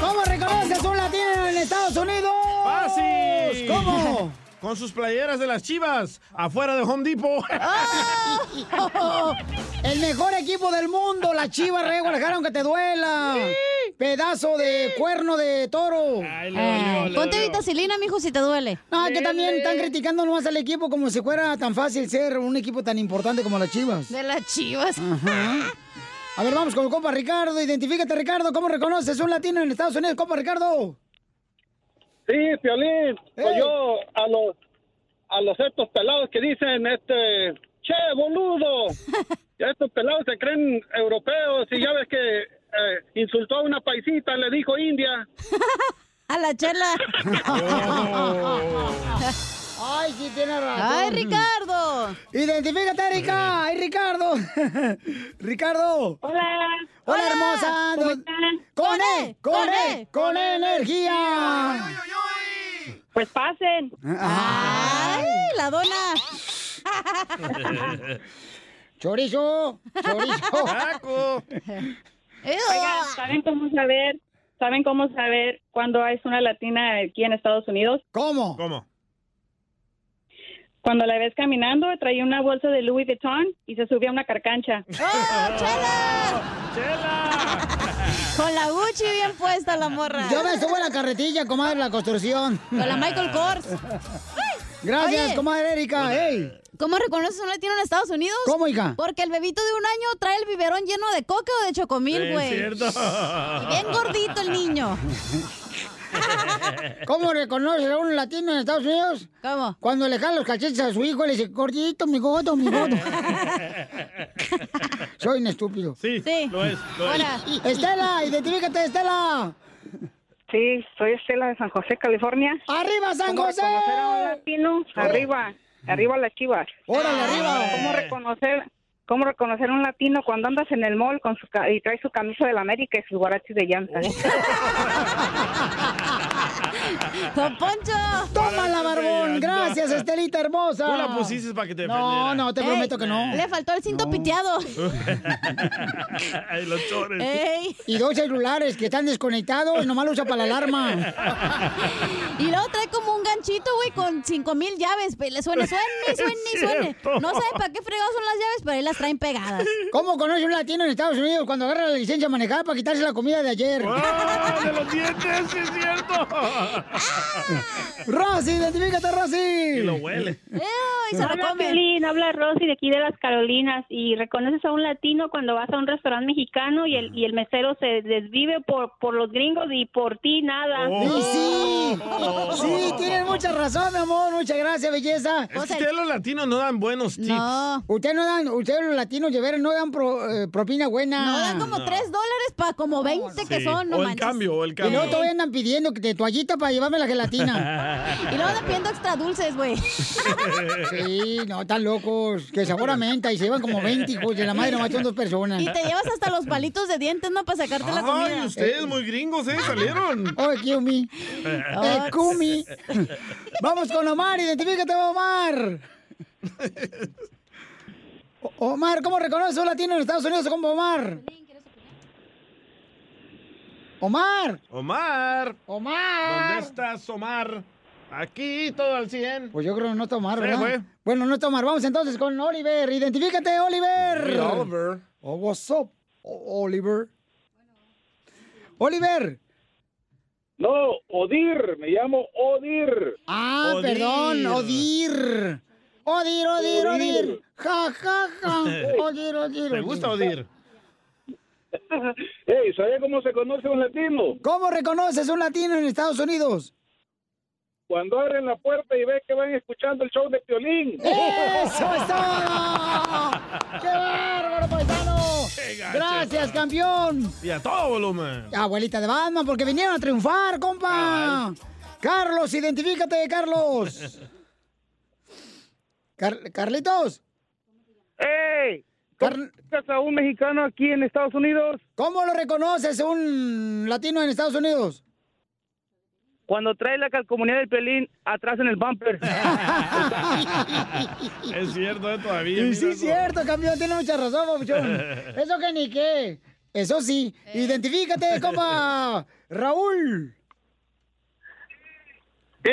S2: ¿Cómo reconoces un latino en Estados Unidos?
S3: ¡Fácil!
S2: ¿Cómo?
S3: Con sus playeras de las chivas, afuera de Home Depot.
S2: Ah, El mejor equipo del mundo, la Chivas Rey Guadalajara, aunque te duela. Pedazo de cuerno de toro.
S9: Ay, ponte vitacilina, mijo, si te duele.
S2: No, es que también están criticando nomás al equipo como si fuera tan fácil ser un equipo tan importante como las Chivas.
S9: De las chivas.
S2: Ajá. A ver, vamos con el compa Ricardo. Identifícate, Ricardo. ¿Cómo reconoces un latino en Estados Unidos, compa Ricardo?
S21: Sí, Piolín, pues yo a los a los estos pelados que dicen este che boludo. ya estos pelados se creen europeos y ya ves que eh, insultó a una paisita, le dijo India.
S9: A la chela.
S2: Ay, sí, tiene razón.
S9: Ay, Ricardo.
S2: Identifícate, Erika. Ay, Ricardo. Ricardo. Hola. Hola, hermosa.
S14: ¿Cómo
S2: Con E, con E, con E energía.
S22: Pues pasen.
S2: Ay,
S9: la dona.
S2: Chorizo, chorizo.
S22: Oigan, ¿saben cómo saber? ¿Saben cómo saber cuando es una latina aquí en Estados Unidos?
S2: ¿Cómo?
S3: ¿Cómo?
S22: Cuando la ves caminando, traía una bolsa de Louis Vuitton y se sube a una carcancha.
S14: Oh,
S9: Con la Gucci bien puesta la morra.
S2: Yo me subo a la carretilla, comadre, la construcción.
S9: Con la Michael Kors.
S2: Gracias,
S9: Oye.
S2: comadre Erika. Ey.
S9: ¿Cómo reconoces un latino en Estados Unidos?
S2: ¿Cómo, hija?
S9: Porque el bebito de un año trae el biberón lleno de coca o de chocomil, güey. Bien gordito el niño.
S2: ¿Cómo reconoce a un latino en Estados Unidos?
S9: ¿Cómo?
S2: Cuando le jala los cachetes a su hijo, le dice, gordito, mi gordo, mi gordo. Soy un estúpido.
S3: Sí, lo es, lo es.
S2: Hola. Estela, identifícate, Estela.
S22: Sí, soy Estela de San José, California.
S2: ¡Arriba, San
S22: ¿Cómo
S2: José! Oh.
S22: reconocer a un latino? Arriba, arriba las chivas.
S2: ¡Órale, arriba!
S22: ¿Cómo reconocer ¿Cómo reconocer a un latino cuando andas en el mall con su ca- y trae su camisa de la América y sus guaraches de
S2: Oh.
S22: llanta?
S9: ¡Don Poncho!
S2: ¡Tómala, barbón! ¡Gracias, Estelita hermosa!
S3: Tú la pusiste para que te
S2: No,
S3: defendiera.
S2: no, te prometo que no.
S9: Le faltó el cinto piteado.
S3: Ay, los chores.
S2: Eh. Y dos celulares que están desconectados, nomás lo usa para la alarma.
S9: Y luego trae como un ganchito, güey, con cinco mil llaves. pe- Le suene, suene, suene,
S2: Es
S9: suene.
S2: cierto.
S9: No sabe para qué fregados son las llaves, pero ahí las traen pegadas.
S2: ¿Cómo conoce un latino en Estados Unidos cuando agarra la licencia de manejar para quitarse la comida de ayer?
S3: ¡De los dientes, sí es cierto!
S2: ¡Rosy, identifícate, Rosy!
S3: Y lo huele.
S22: Hola, Piolín, habla Rosy de aquí de las Carolinas y reconoces a un latino cuando vas a un restaurante mexicano y el, y el mesero se desvive por, por los gringos y por ti nada.
S2: Oh.
S22: Oh.
S2: Y sí, sí, tienes mucha razón, mi amor. Muchas gracias, belleza.
S3: Es que ustedes los latinos no dan buenos tips.
S2: No. Ustedes no dan, ustedes los latinos de veras no dan pro- eh, propina buena.
S9: No, dan como
S3: No.
S9: tres dólares para como 20 que
S3: Sí.
S9: son, no
S3: o el
S9: manches.
S3: cambio, o el
S2: Y
S3: cambio.
S2: luego todavía andan pidiendo que te toallita para llevarme la gelatina.
S9: Y luego andan pidiendo extra dulces, güey.
S2: Sí, no, están locos. Que sabor a menta y se llevan como 20 hijos de la madre, nomás son dos personas.
S9: Y te llevas hasta los palitos de dientes, ¿no? Para sacarte la comida.
S3: Ay, ustedes muy gringos, ¿eh? Salieron.
S2: Oh, Kiumi. Eh, Kumi. Vamos con Omar, identifícate, Omar. O- Omar, ¿cómo reconoce un latino en Estados Unidos como Omar? Omar.
S3: Omar.
S2: Omar.
S3: ¿Dónde estás, Omar? Aquí, todo al 100.
S2: Pues yo creo que no está Omar,
S3: Sí,
S2: ¿verdad?
S3: güey.
S2: bueno, no está Omar. Vamos entonces con Oliver. Identifícate, Oliver.
S3: Oliver.
S2: Oh, what's up, O- Oliver? Oliver.
S1: No, Odir, me llamo Odir.
S2: Ah,
S1: Odir.
S2: perdón, Odir. Odir,
S1: Odir.
S2: Odir, Odir. Ja, ja, ja. Odir, Odir.
S1: Odir? Ey, ¿sabía cómo se conoce un latino?
S2: ¿Cómo reconoces un latino en Estados Unidos?
S1: Cuando abren la puerta y ve que van escuchando el show de Piolín.
S2: ¡Eso es todo! ¡Qué bárbaro, paisano!
S3: Qué gacho.
S2: ¡Gracias, campeón!
S3: Y a todo volumen.
S2: Abuelita de Batman, porque vinieron a triunfar, compa. Carlos, identifícate, Carlos. Car- Carlitos.
S23: ¡Ey! ¿Conoces a un mexicano aquí en Estados Unidos?
S2: ¿Cómo lo reconoces un latino en Estados Unidos?
S23: Cuando trae la calcomunidad del pelín atrás en el bumper.
S3: es cierto, ¿eh? Todavía.
S2: Y
S3: mira
S2: sí,
S3: eso.
S2: cierto, campeón, tiene mucha razón, papuchón. Eso que ni qué. Eso sí,
S3: Eh.
S2: identifícate, compa. Raúl.
S5: Sí.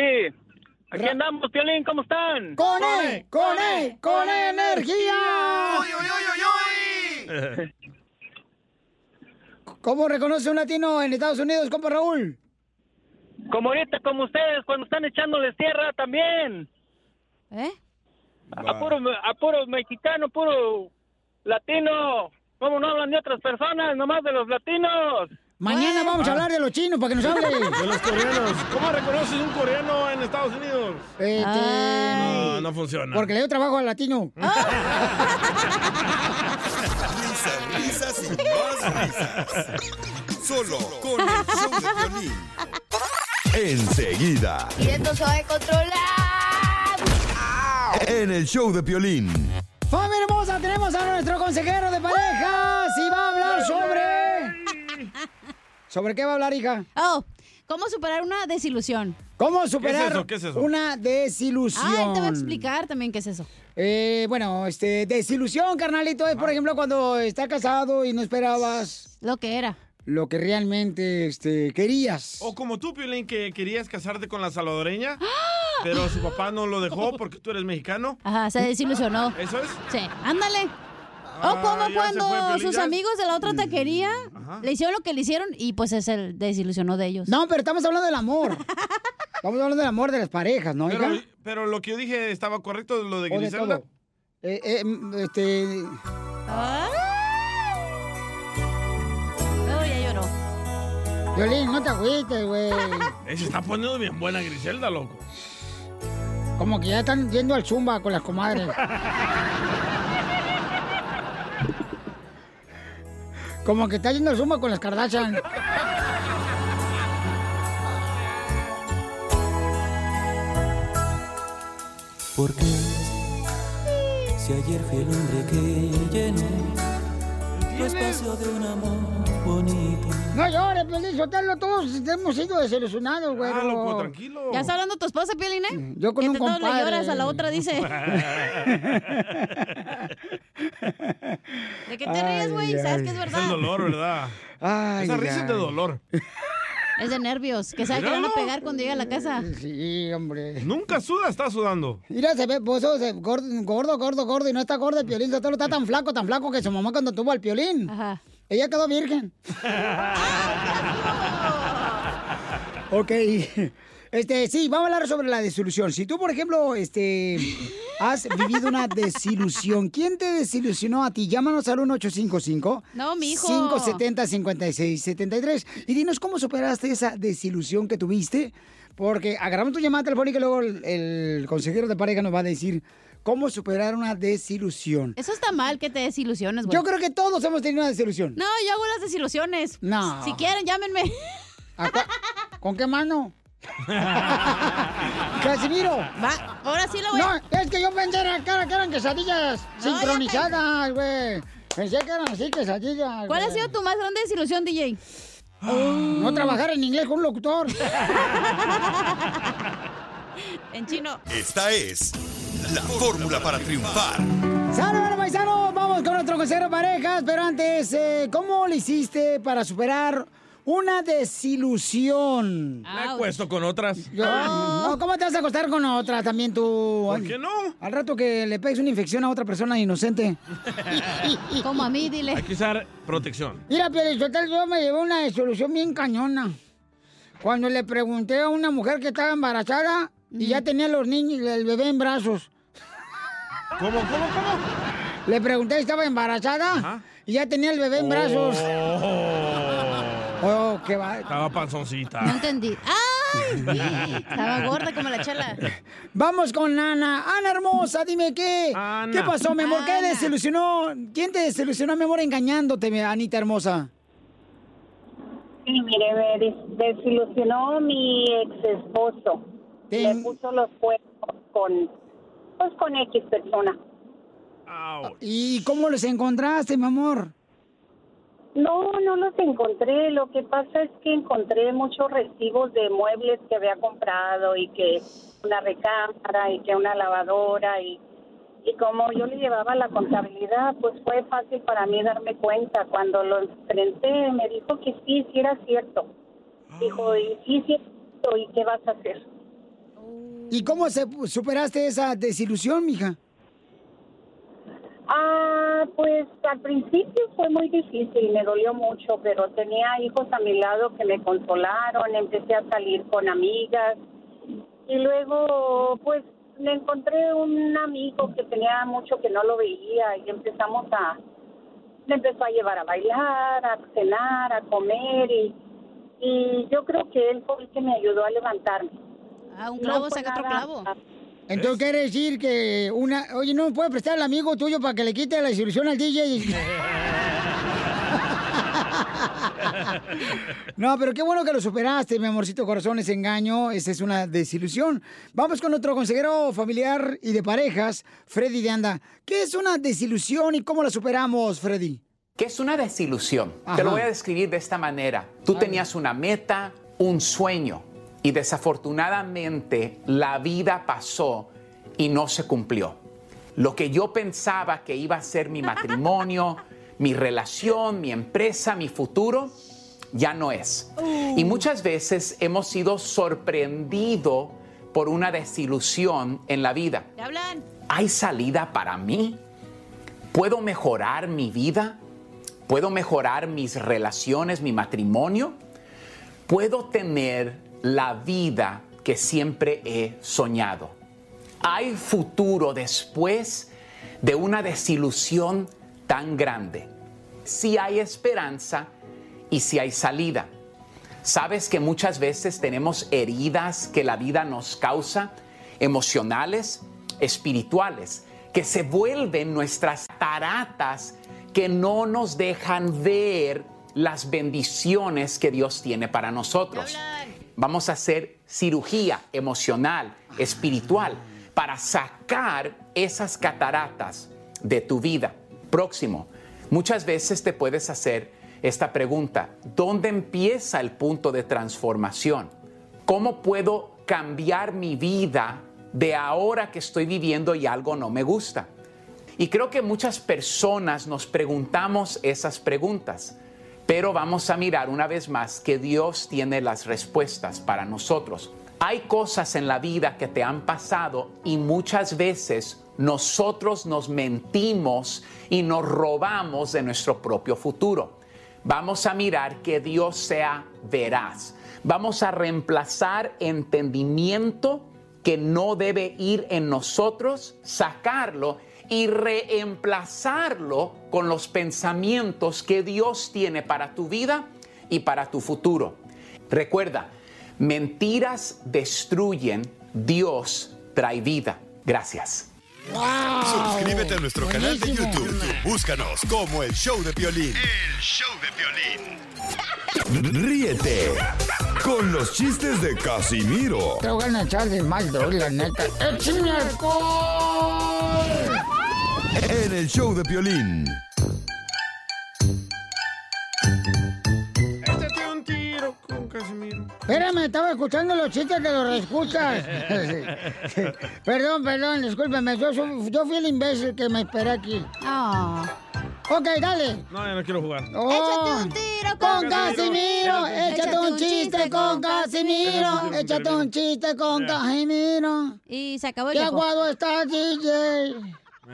S5: Aquí andamos, Piolín, ¿cómo están?
S2: ¡Con E! ¡Con E! ¡Con E energía! ¿Cómo reconoce un latino en Estados Unidos, compa Raúl?
S5: Como ahorita, como ustedes, cuando están echándoles tierra también.
S9: ¿Eh?
S5: A puro, a puro mexicano, puro latino. ¿Cómo no hablan de otras personas, nomás de los latinos?
S2: Mañana vamos a hablar de los chinos para que nos hable.
S3: De los coreanos. ¿Cómo reconoces un coreano en Estados Unidos?
S2: Este,
S3: No, no funciona.
S2: Porque le dio trabajo al latino.
S3: Ah.
S7: Risas, risas y más risas. Solo con el show de violín. Enseguida,
S9: Y esto se va a controlar.
S7: en el show de violín.
S2: ¡Familia hermosa! Tenemos a nuestro consejero de parejas y va a hablar sobre... ¿Sobre qué va a hablar, hija?
S9: Oh, ¿cómo superar una desilusión?
S2: ¿Cómo superar
S3: eso? ¿Qué es eso?
S2: una desilusión?
S9: Ah, él te va a explicar también qué es eso.
S2: Eh, bueno, este, desilusión, carnalito, es por ejemplo cuando está casado y no esperabas...
S9: Lo que era.
S2: Lo que realmente, este, querías.
S3: O como tú, Piolín, que querías casarte con la salvadoreña, pero su papá no lo dejó porque tú eres mexicano.
S9: Ajá, se desilusionó.
S3: ¿Eso es?
S9: Sí, ándale. O como
S3: Ah, ya se Mm.
S9: cuando
S3: fue, Piolín,
S9: sus
S3: ya.
S9: amigos de la otra taquería le hicieron lo que le hicieron y pues es el desilusionó de ellos.
S2: No, pero estamos hablando del amor. Estamos hablando del amor de las parejas, ¿no,
S3: Pero,
S2: hija?
S3: pero lo que yo dije estaba correcto, lo de
S2: O de
S3: Griselda.
S2: todo. Eh, eh, mm, este...
S9: Oh, ya lloró.
S2: Violín, no te agüites, güey.
S3: Eh, se está poniendo bien buena Griselda, loco.
S2: Como que ya están yendo al zumba con las comadres. Como que está yendo al zumba con las Kardashian.
S6: ¿Por qué Si ayer fui el hombre que llenó tu espacio de un amor bonito.
S2: No llores, Piolín Sotelo, todos hemos sido desilusionados, güey.
S9: loco, pues, tranquilo. ¿Ya está hablando tu esposa, Piolín, eh?
S2: Yo con
S9: que
S2: un
S9: te- todos
S2: compadre.
S9: le lloras a la otra, dice. ¿De qué te ríes, güey? Sabes que es verdad.
S3: Es dolor, ¿verdad?
S2: Ay,
S3: Esa risa
S2: ay.
S3: es de dolor.
S9: Es de nervios, que sabe que le van a
S3: Míralo.
S9: pegar cuando llega a la casa.
S2: Sí, hombre.
S3: Nunca suda, está sudando.
S2: Mira, se ve, vos sos eh, gordo, gordo, gordo, gordo, y no está gordo el piolín, Sotelo está tan flaco, tan flaco que su mamá cuando tuvo al piolín, ella quedó virgen. Ok. Este, sí, vamos a hablar sobre la desilusión. Si tú, por ejemplo, este, has vivido una desilusión, ¿quién te desilusionó a ti? Llámanos al 1855
S9: No, mijo.
S2: 570 5673 y dinos cómo superaste esa desilusión que tuviste, porque agarramos tu llamada telefónica y luego el, el consejero de pareja nos va a decir cómo superar una desilusión.
S9: Eso está mal que te desilusiones, güey.
S2: Yo creo que todos hemos tenido una desilusión.
S9: No, yo hago las desilusiones.
S2: No.
S9: Si quieren, llámenme.
S2: ¿A cua- ¿Con qué mano? Casimiro.
S9: Va, ahora sí lo
S2: voy No, es que yo pensé era- que eran, que eran quesadillas
S9: No, ya
S2: sincronizadas, güey. Pensé que eran así quesadillas.
S9: ¿Cuál ha
S2: güey. Ah,
S9: sido tu más grande desilusión, DJ?
S2: No trabajar en inglés con un locutor.
S9: En chino.
S7: Esta es la fórmula para triunfar.
S2: ¡Sale, bueno, paisano! Vamos con otro consejero de parejas, pero antes, eh, ¿cómo le hiciste para superar una desilusión?
S3: Me acuesto con otras.
S2: Yo-
S9: Ah. Oh.
S2: no, ¿Cómo te vas a acostar con otra también tú?
S3: ¿Por qué no?
S2: Al rato que le pegues una infección a otra persona inocente.
S9: Como a mí, dile.
S3: Hay que usar protección.
S2: Mira, Pielichotel, yo me llevé una solución bien cañona. Cuando le pregunté a una mujer que estaba embarazada y ya tenía los niños, el bebé en brazos.
S3: ¿Cómo, cómo, cómo?
S2: Le pregunté si estaba embarazada y ya tenía el bebé en brazos. Oh, qué va.
S3: Estaba panzoncita.
S9: No entendí. Ah. ¡Ay! sí, Estaba gorda como la chela.
S2: Vamos con Ana. Ana hermosa, dime qué. ¿Qué pasó, mi amor? ¿Qué desilusionó? ¿Quién te desilusionó, mi amor, engañándote, mi Anita hermosa?
S8: Sí, mire, me des- desilusionó mi ex esposo. Le puso los cuernos con, pues, con X persona.
S2: ¿Y cómo los encontraste, mi amor?
S8: No, no los encontré. Lo que pasa es que encontré muchos recibos de muebles que había comprado y que una recámara y que una lavadora y, y como yo le llevaba la contabilidad, pues fue fácil para mí darme cuenta. Cuando lo enfrenté, me dijo que sí, sí era cierto. Dijo, y sí, sí, es cierto, ¿y qué vas a hacer?
S2: ¿Y cómo se superaste esa desilusión, mija?
S8: Ah, pues al principio fue muy difícil, me dolió mucho, pero tenía hijos a mi lado que me consolaron, empecé a salir con amigas y luego pues me encontré un amigo que tenía mucho que no lo veía y empezamos a, me empezó a llevar a bailar, a cenar, a comer y, y yo creo que él fue el que me ayudó a levantarme.
S9: Ah, un
S2: clavo
S9: saca otro clavo.
S2: Entonces quiere decir que una... Oye, ¿no puede prestar al amigo tuyo para que le quite la desilusión al DJ? No, pero qué bueno que lo superaste, mi amorcito corazón, ese engaño, esa es una desilusión. Vamos con otro consejero familiar y de parejas, Freddy de Anda. ¿Qué es una desilusión y cómo la superamos, Freddy?
S10: ¿Qué es una desilusión?
S2: Ajá.
S10: Te lo voy a describir de esta manera. Tú tenías una meta, un sueño, y desafortunadamente la vida pasó y no se cumplió. Lo que yo pensaba que iba a ser mi matrimonio, mi relación, mi empresa, mi futuro, ya no es. Y muchas veces hemos sido sorprendidos por una desilusión en la vida.
S9: ¿Te hablan?
S10: ¿Hay salida para mí? ¿Puedo mejorar mi vida? ¿Puedo mejorar mis relaciones, mi matrimonio? ¿Puedo tener la vida que siempre he soñado? ¿Hay futuro después de una desilusión tan grande? Si hay esperanza y si hay salida. Sabes que muchas veces tenemos heridas que la vida nos causa, emocionales, espirituales, que se vuelven nuestras taratas que no nos dejan ver las bendiciones que Dios tiene para nosotros. Vamos a hacer cirugía emocional, espiritual, para sacar esas cataratas de tu vida. Próximo. Muchas veces te puedes hacer esta pregunta. ¿Dónde empieza el punto de transformación? ¿Cómo puedo cambiar mi vida de ahora que estoy viviendo y algo no me gusta? Y creo que muchas personas nos preguntamos esas preguntas, pero vamos a mirar una vez más que Dios tiene las respuestas para nosotros. Hay cosas en la vida que te han pasado y muchas veces nosotros nos mentimos y nos robamos de nuestro propio futuro. Vamos a mirar que Dios sea veraz. Vamos a reemplazar entendimiento que no debe ir en nosotros, sacarlo y reemplazarlo con los pensamientos que Dios tiene para tu vida y para tu futuro. Recuerda, mentiras destruyen, Dios trae vida. Gracias.
S7: Suscríbete a nuestro canal de YouTube. Búscanos como el show de Piolín.
S14: El show de violín.
S7: Ríete con los chistes de Casimiro
S2: Te voy a echar de mal, doy, la neta.
S14: ¡Eh,
S2: ¡Échame alcohol!
S7: en el show de Piolín.
S3: Échate un tiro con Casimiro.
S2: Espérame, estaba escuchando los chistes de los reescuchas. perdón, perdón, discúlpeme. Yo, su- yo fui el imbécil que me esperé aquí. Ok, dale.
S3: No, yo no quiero jugar.
S2: Ah. Échate un tiro con Casimiro. Échate un chiste con Casimiro. Échate un chiste con
S3: Ya.
S2: Casimiro.
S9: Y se acabó el
S2: ¡Qué
S9: tiempo.
S2: aguado está, DJ!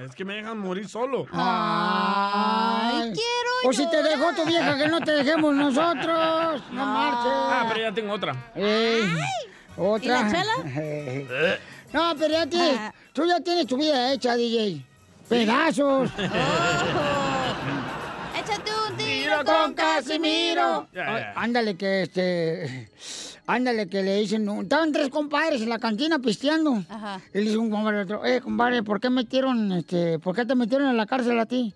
S3: Es que me dejan morir solo.
S2: Ay, O si te dejó tu vieja, que no te dejemos nosotros. No
S3: Ah,
S2: marches.
S3: pero ya tengo otra.
S2: Ey, ¿Otra?
S3: ¿Y la
S2: chela? Ah. No, pero ya tienes- tú ya tienes tu vida hecha, DJ. Pedazos.
S9: Échate un
S2: Tiro
S9: tiro
S2: con Casimiro.
S9: Ya,
S2: Ay,
S9: ya.
S2: Ándale que este. Ándale que le dicen. un- Estaban tres compadres en la cantina pisteando.
S9: Ajá.
S2: Y le dice un compadre al otro, eh, compadre, ¿por qué metieron, este, por qué te metieron en la cárcel a ti?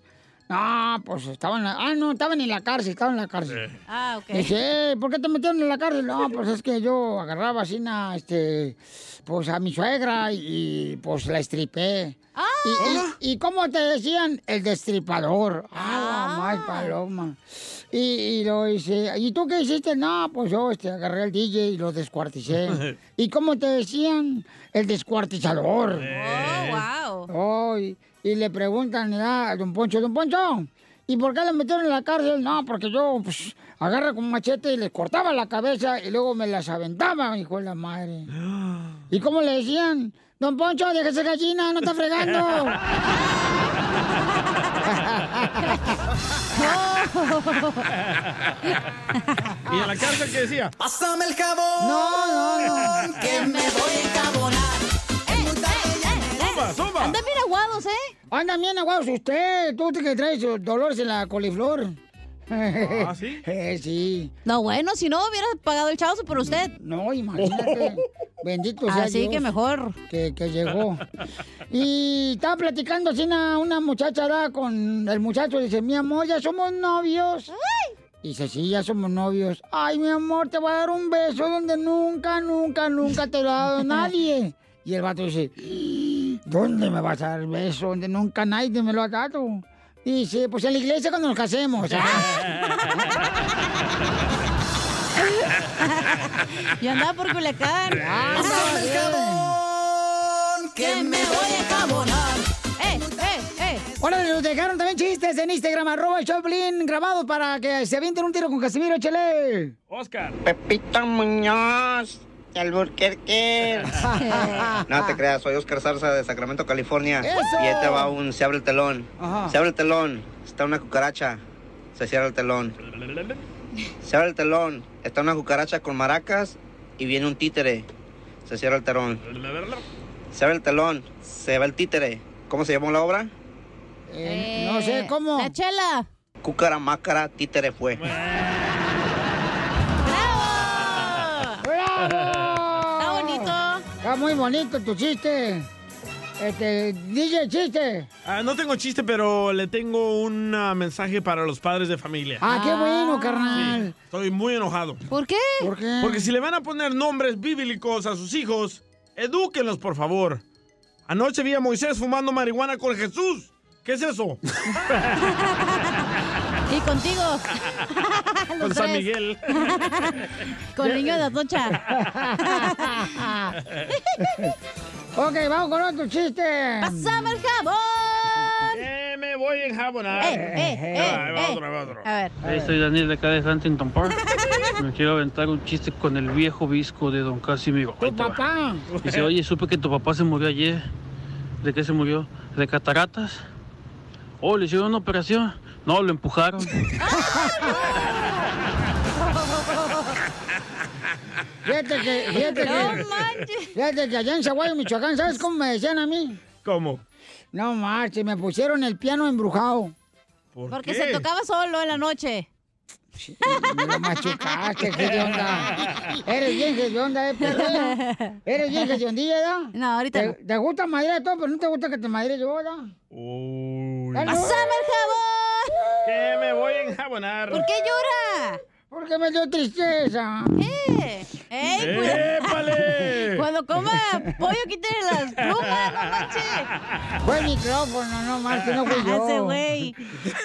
S2: No, pues estaban, ah, no, estaban en la cárcel, estaban en la cárcel.
S9: Ah, ok.
S2: Dice, "Eh, ¿por qué te metieron en la cárcel? No, pues es que yo agarraba así, na, este, pues a mi suegra y, y, pues la estripé.
S9: Ah.
S2: Y, y, y cómo te decían? El destripador. Ah, la más paloma. Y, y lo dice, ¿y tú qué hiciste? No, pues yo este, agarré al DJ y lo descuarticé. ¿Y cómo te decían? El
S9: Ah,
S2: descuartizador.
S9: oh, wow.
S2: y, y le preguntan ¿verdad? a Don Poncho, Don Poncho, ¿y por qué le metieron en la cárcel? No, porque yo pues, agarra con un machete y les cortaba la cabeza y luego me las aventaba, hijo de la madre. ¿Y cómo le decían? Don Poncho, déjese gallina, no está fregando.
S3: ¿Y en la cárcel qué decía?
S14: Pásame el jabón. No, no, no. Que me voy a encabonar.
S9: Eh,
S2: Zumba, zumba. Andan bien aguados, ¿eh? Andan bien aguados usted. Tú te que traes dolores en la coliflor.
S9: ¿Ah, sí?
S2: Eh, sí.
S9: No, bueno, si no hubiera pagado el chavo por usted.
S2: No, imagínate. Bendito sea
S9: Así
S2: Dios
S9: que mejor.
S2: Que, que llegó. Y estaba platicando así una, una muchacha ¿verdad? con el muchacho. Dice, mi amor, ya somos novios. Y dice, sí, ya somos novios. Ay, mi amor, te voy a dar un beso donde nunca, nunca, nunca te lo ha dado nadie. Y el vato dice, ¿dónde me vas a dar el beso? Donde nunca nadie me lo ha dado. Y dice, pues en la iglesia cuando nos casemos.
S9: Yo andaba por Culiacán.
S14: Pásame el jabón. Que me voy a encabonar.
S9: ¡Eh, eh, eh!
S2: Ahora nos dejaron también chistes en Instagram, arroba el Choplin, grabado para que se avienten un tiro con Casimiro, chele.
S3: Oscar.
S11: Pepito Muñoz, de
S2: Eh,
S11: Alburquerque. No te creas, soy Oscar Zarza de Sacramento, California.
S14: Ah, ¡Eso!
S11: Y ahí te va un, se abre el telón.
S14: Ajá.
S11: Se abre el telón, está una cucaracha. Se cierra el telón. Se abre el telón, está una cucaracha con maracas y viene un títere. Se cierra el telón. Se abre el telón, se va el títere. ¿Cómo se llama la obra?
S2: no sé cómo.
S9: La chela.
S11: Cúcara, mácara, títere fue.
S2: Está
S9: bonito.
S2: Está muy bonito tu chiste. Este, DJ chiste.
S3: Ah, no tengo chiste, pero le tengo un ah, mensaje para los padres de familia.
S2: Ah, qué bueno, carnal.
S3: Estoy muy enojado.
S9: ¿Por qué?
S2: ¿Por qué?
S3: Porque si le van a poner nombres bíblicos a sus hijos, edúquenlos, por favor. Anoche vi a Moisés fumando marihuana con Jesús. ¿Qué es eso?
S9: Y contigo. Los
S3: Con San
S9: tres.
S3: Miguel.
S9: Con niño de Atocha.
S2: ok, vamos con otro chiste.
S9: ¡Pásame el jabón!
S3: ¡Eh, me voy en jabonar!
S9: ¡Eh, eh,
S3: Ahí va, ahí va
S9: eh,
S3: otro, ahí va otro.
S9: A ver.
S19: Ahí soy Daniel de acá de Huntington Park. Me quiero aventar un chiste con el viejo visco de don Casimiro. Ahí te va.
S2: Papá.
S19: Dice, oye, supe que tu papá se murió ayer. ¿De qué se murió? ¿De cataratas? Oh, le hicieron una operación. No, lo empujaron.
S2: Fíjate que, fíjate que,
S14: No
S2: fíjate que allá en Zaguayo, Michoacán, ¿sabes cómo me decían a mí?
S3: ¿Cómo?
S2: No marches, me pusieron el piano embrujado.
S9: Porque se tocaba solo en la noche.
S2: Lo machucaste, Ah, qué onda. Eres bien que onda, eh, perro. eh. Eres bien que onda,
S9: No, ahorita
S2: ¿Te,
S9: no.
S2: te gusta madre todo, pero no te gusta que te madre yo, ¿verdad?
S9: ¡Pásame el jabón!
S3: ¡Que me voy a enjabonar!
S9: ¿Por qué llora?
S2: Porque me dio tristeza.
S9: ¡Eh! ¡Ey! cuida-
S3: ¡Épale!
S9: Cuando coma pollo, quítale las plumas, no
S2: Fue el micrófono, no marches, no fui yo.
S9: Ah, ese güey.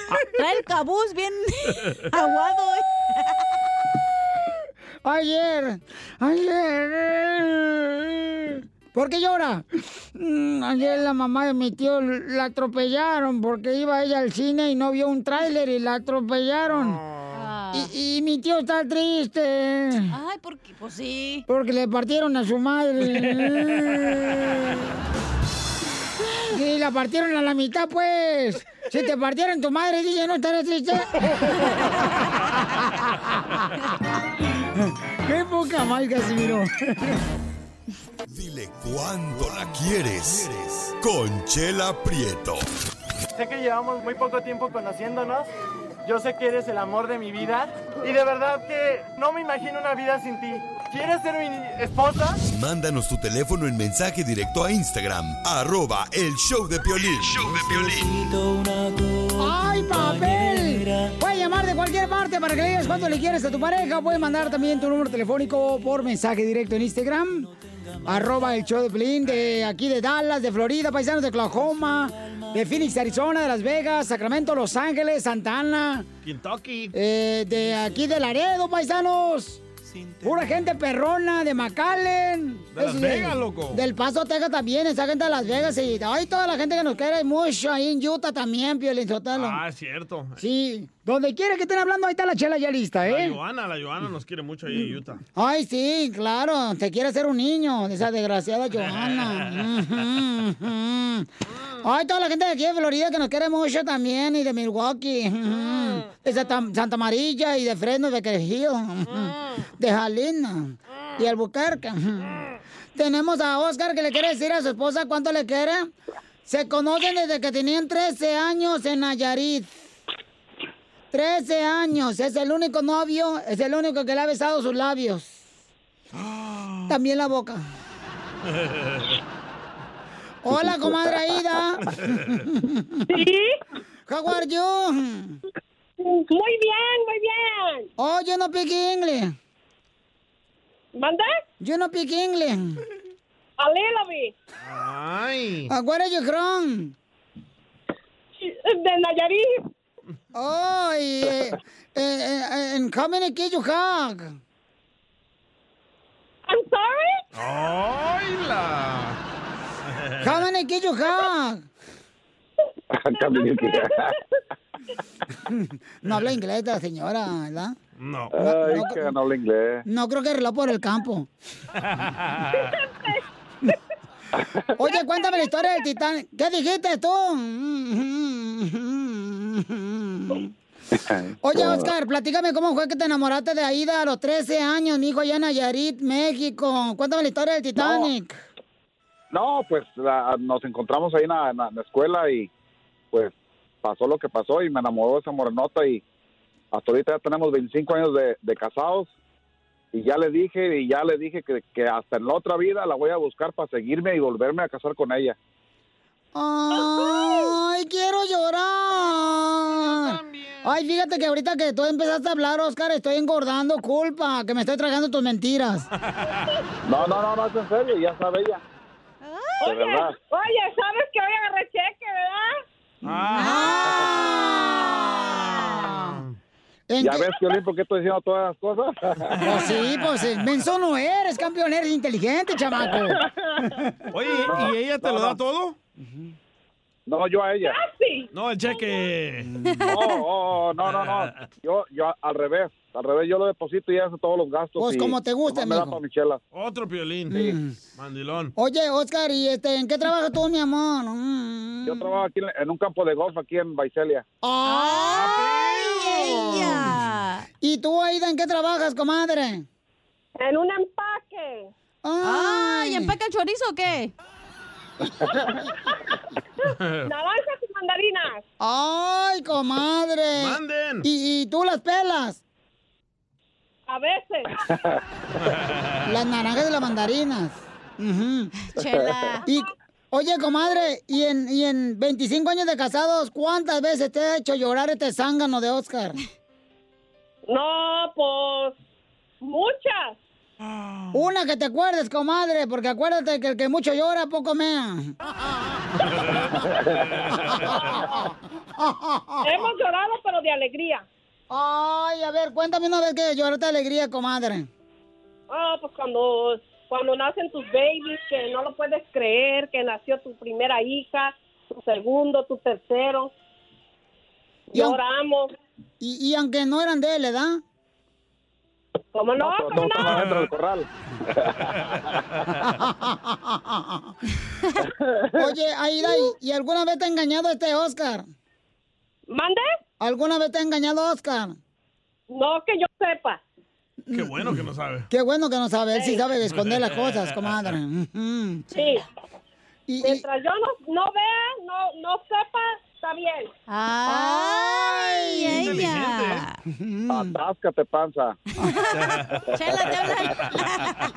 S9: Ah, Trae el cabuz bien aguado. eh.
S2: Ayer, ayer. ¿Por qué llora? Mm, Ayer la mamá de mi tío la atropellaron porque iba ella al cine y no vio un tráiler y la atropellaron. Y, y mi tío está triste.
S9: Ah. Ay, porque, pues sí.
S2: Porque le partieron a su madre. Sí, la partieron a la mitad, pues. Si te partieron tu madre, dije, no estarás triste. Qué poca mal, Casimiro.
S7: Dile cuándo la quieres. Conchela Prieto.
S12: Sé que llevamos muy poco tiempo conociéndonos. Yo sé que eres el amor de mi vida. Y de verdad que no me imagino una vida sin ti. ¿Quieres ser mi esposa?
S7: Mándanos tu teléfono en mensaje directo a Instagram, arroba el show de Piolín.
S2: ¡Ay, papel! Puedes llamar de cualquier parte para que le digas cuánto le quieres a tu pareja. Puedes mandar también tu número telefónico por mensaje directo en Instagram. Arroba el show de Pelín de aquí de Dallas, de Florida, paisanos de Oklahoma, de Phoenix, Arizona, de Las Vegas, Sacramento, Los Ángeles, Santa Ana.
S3: Kentucky.
S2: Eh, de aquí de Laredo, paisanos. Pura gente perrona, de McAllen.
S3: De Las
S2: Eso sí,
S3: Vegas, loco.
S2: Del Paso, Texas también, esa gente de Las Vegas. Y, ay, toda la gente que nos quiere, hay mucho ahí en Utah también, Piolín Sotelo.
S3: Ah, es cierto.
S2: Sí, donde quiera que estén hablando, ahí está la chela ya lista,
S3: La
S2: ¿eh?
S3: Joana, la Joana nos quiere mucho ahí en Utah.
S2: Ay, sí, claro, te quiere hacer un niño, esa desgraciada Johanna. Ujú, ujú. Ay, toda la gente de aquí de Florida que nos quiere mucho también, y de Milwaukee, ujú. de Santa, Santa Amarilla, y de Fresno, de Quejido, de Jalina, y Albuquerque. ujú. Tenemos a Oscar que le quiere decir a su esposa cuánto le quiere. Se conocen desde que tenían 13 años en Nayarit. 13 años, es el único novio, es el único que le ha besado sus labios. También la boca. Hola, comadre Aida. ¿Sí? How are you? Muy bien, muy bien. Oh, yo no speak English. ¿Manda? Yo no speak English. A little bit.
S3: Ay.
S2: Uh, where are you from? De Nayarit. Oh, y, eh, eh, eh, and how many kids you have? I'm sorry?
S3: ¡Ay, la!
S2: How many kids you have? No habla inglés la señora, ¿verdad?
S3: No.
S16: Ay,
S2: no,
S16: que no habla inglés.
S2: No creo que reloj por el campo. Oye, cuéntame la historia del Titanic. ¿Qué dijiste tú? Oye, Oscar, platícame cómo fue que te enamoraste de Aida a los 13 años, mi hijo, allá en Nayarit, México. Cuéntame la historia del Titanic.
S16: No, pues la- nos encontramos ahí en la, en la- en la escuela y pues pasó lo que pasó y me enamoró esa morenota y hasta ahorita ya tenemos 25 años de, de casados y ya le dije y ya le dije que, que hasta en la otra vida la voy a buscar para seguirme y volverme a casar con ella.
S2: Ay, quiero llorar. Ay, fíjate que ahorita que tú empezaste a hablar, Oscar, estoy engordando culpa, que me estoy tragando tus mentiras.
S16: No, no, no, no es en serio, ya sabe ella. De
S17: Oye,
S16: verdad.
S17: oye, sabes que hoy agarré cheque, ¿verdad?
S16: ¿Ya ves, Piolín, por qué estoy diciendo todas las cosas?
S2: Pues sí, pues eh, menso no eres, campeón, eres inteligente, chamaco.
S3: Oye, ¿y ella te lo da todo?
S16: No, yo a ella.
S3: No, el cheque.
S16: No, oh, oh, no, no, no. Yo, yo al revés. Al revés, yo lo deposito y ella hace todos los gastos.
S2: Pues
S16: y
S2: como te guste,
S16: nomás me da
S2: mijo.
S16: pa' mis chelas.
S3: Otro piolín. Mandilón.
S2: Oye, Oscar, ¿y este, en qué trabajas tú, mi amor? Mm.
S16: Yo trabajo aquí en- en un campo de golf aquí en Baicelia.
S2: ¡Ay, ella! ¿Y tú, Aida, en qué trabajas, comadre? En un empaque.
S9: Ay, ¿empaca el chorizo o qué?
S8: Naranjas y mandarinas.
S2: ¡Ay, comadre!
S8: Manden.
S2: ¿Y, y tú las pelas?
S8: A veces.
S2: Las naranjas y las mandarinas. Ujú.
S8: Chela.
S2: Y, oye, comadre, y en, y en 25 años de casados, ¿cuántas veces te ha hecho llorar este zángano de Oscar?
S8: No, pues muchas.
S2: Ah. Una que te acuerdes, comadre, porque acuérdate que el que mucho llora, poco mea.
S8: Hemos llorado, pero de alegría.
S2: Ay, a ver, cuéntame una vez que lloraste de alegría, comadre.
S8: Ah, pues cuando, cuando nacen tus babies, que no lo puedes creer, que nació tu primera hija, tu segundo, tu tercero.
S2: Y aun-
S8: Lloramos.
S2: Y, y aunque no eran de él, ¿verdad?
S8: ¿Cómo no? ¿Cómo
S16: Estaba dentro del corral.
S2: Oye, Aida, ¿y, y alguna vez te ha engañado este Oscar?
S8: ¿Mande?
S2: ¿Alguna vez te ha engañado Oscar?
S8: No, que yo sepa.
S3: Qué bueno que no sabe.
S2: Qué bueno que no sabe, él sí sabe de esconder las cosas, comadre. Ujú.
S8: Sí. Mientras yo no, no vea, no, no sepa, está bien.
S9: ¡Ay,
S16: ella. Atáscate, panza.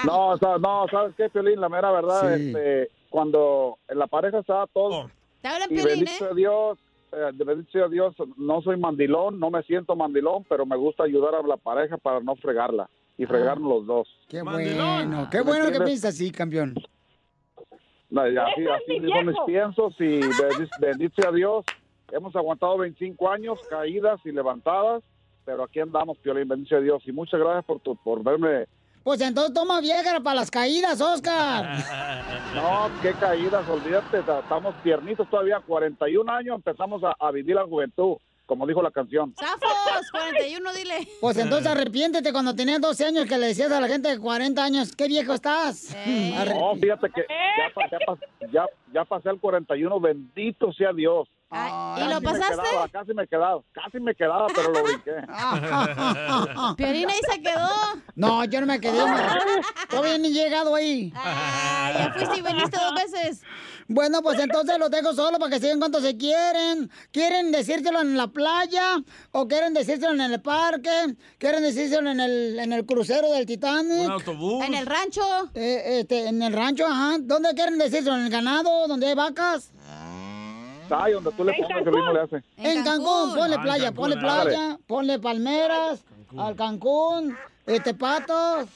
S16: no, o sea, no, ¿sabes qué, Piolín? La mera verdad,
S4: Sí.
S16: este, cuando en la pareja estaba todo...
S3: Oh.
S9: Te hablan
S16: Y
S9: Piolín,
S16: bendito
S9: ¿eh?
S16: sea Dios, eh, bendito sea Dios, no soy mandilón, no me siento mandilón, pero me gusta ayudar a la pareja para no fregarla
S2: Ah.
S16: y fregarnos los dos.
S2: Qué bueno, qué bueno que piensas así, campeón.
S16: No, y así,
S2: ¡Eso es
S16: así
S2: mi
S16: son mis
S2: viejo! Ah.
S16: piensos y bendi- bendito sea Dios, hemos aguantado 25 años, caídas y levantadas, pero aquí andamos, Piolín, bendito sea Dios, y muchas gracias por, tu, por verme.
S2: Pues entonces toma Viagra para las caídas, Oscar.
S16: No, qué caídas, olvídate, ta- estamos tiernitos todavía, 41 años, empezamos a, a vivir la juventud, como dijo la canción.
S9: Zafos, 41, dile.
S2: Pues entonces arrepiéntete cuando tenías 12 años que le decías a la gente de 40 años, qué viejo estás. Arre-
S16: No, fíjate que ya, pa- ya pas- ya- ya pasé el 41, bendito sea Dios.
S9: Ah, ¿y lo
S16: Casi me
S9: pasaste?
S16: quedaba, casi me quedaba, casi me quedaba, pero lo brinqué.
S9: Piolín ahí se quedó.
S2: No, yo no me quedé. ma- Todavía ni he llegado ahí.
S9: Ah, Ya fuiste y veniste dos veces.
S2: Bueno, pues entonces los dejo solo para que sigan cuanto se quieren. ¿Quieren decírselo en la playa? ¿O quieren decírselo en el parque? ¿Quieren decírselo en el, en el crucero del Titanic?
S3: Un autobús.
S2: ¿En el rancho? este, en el rancho, ajá. ¿Dónde quieren decírselo? ¿En el ganado? ¿Donde hay vacas?
S16: Ay, donde tú le
S2: En
S16: pongas, el
S2: Cancún.
S16: vino le hace.
S2: En,
S9: Eh.
S2: Cancún. ponle
S16: Ah, en
S2: playa,
S16: Cancún,
S2: ponle
S16: ándale.
S2: playa, ponle palmeras, al Cancún, este patos,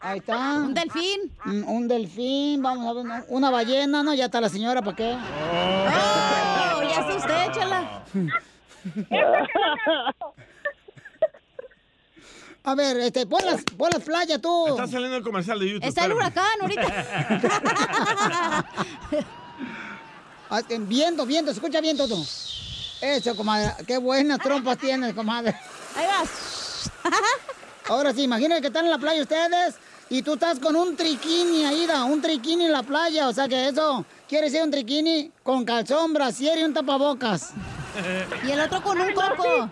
S2: ahí está. Un
S9: delfín.
S2: Un delfín, vamos a ver, ¿no? una ballena, no, ya está la señora, ¿para qué?
S9: Oh, ya sé usted, échala.
S2: A ver, este, pon las, pon las playas tú.
S3: Está saliendo el comercial de YouTube.
S2: Está el
S3: espérame.
S2: huracán Ah, que Viento, viento, escucha viento tú. Eso, comadre, qué buenas trompas tienes, comadre. Ahí vas. Ahora sí, imagínense que están en la playa ustedes y tú estás con un triquini, Aida, un triquini en la playa, o sea que eso quiere ser un triquini con calzón, brasier y un tapabocas.
S9: Y el otro con un coco.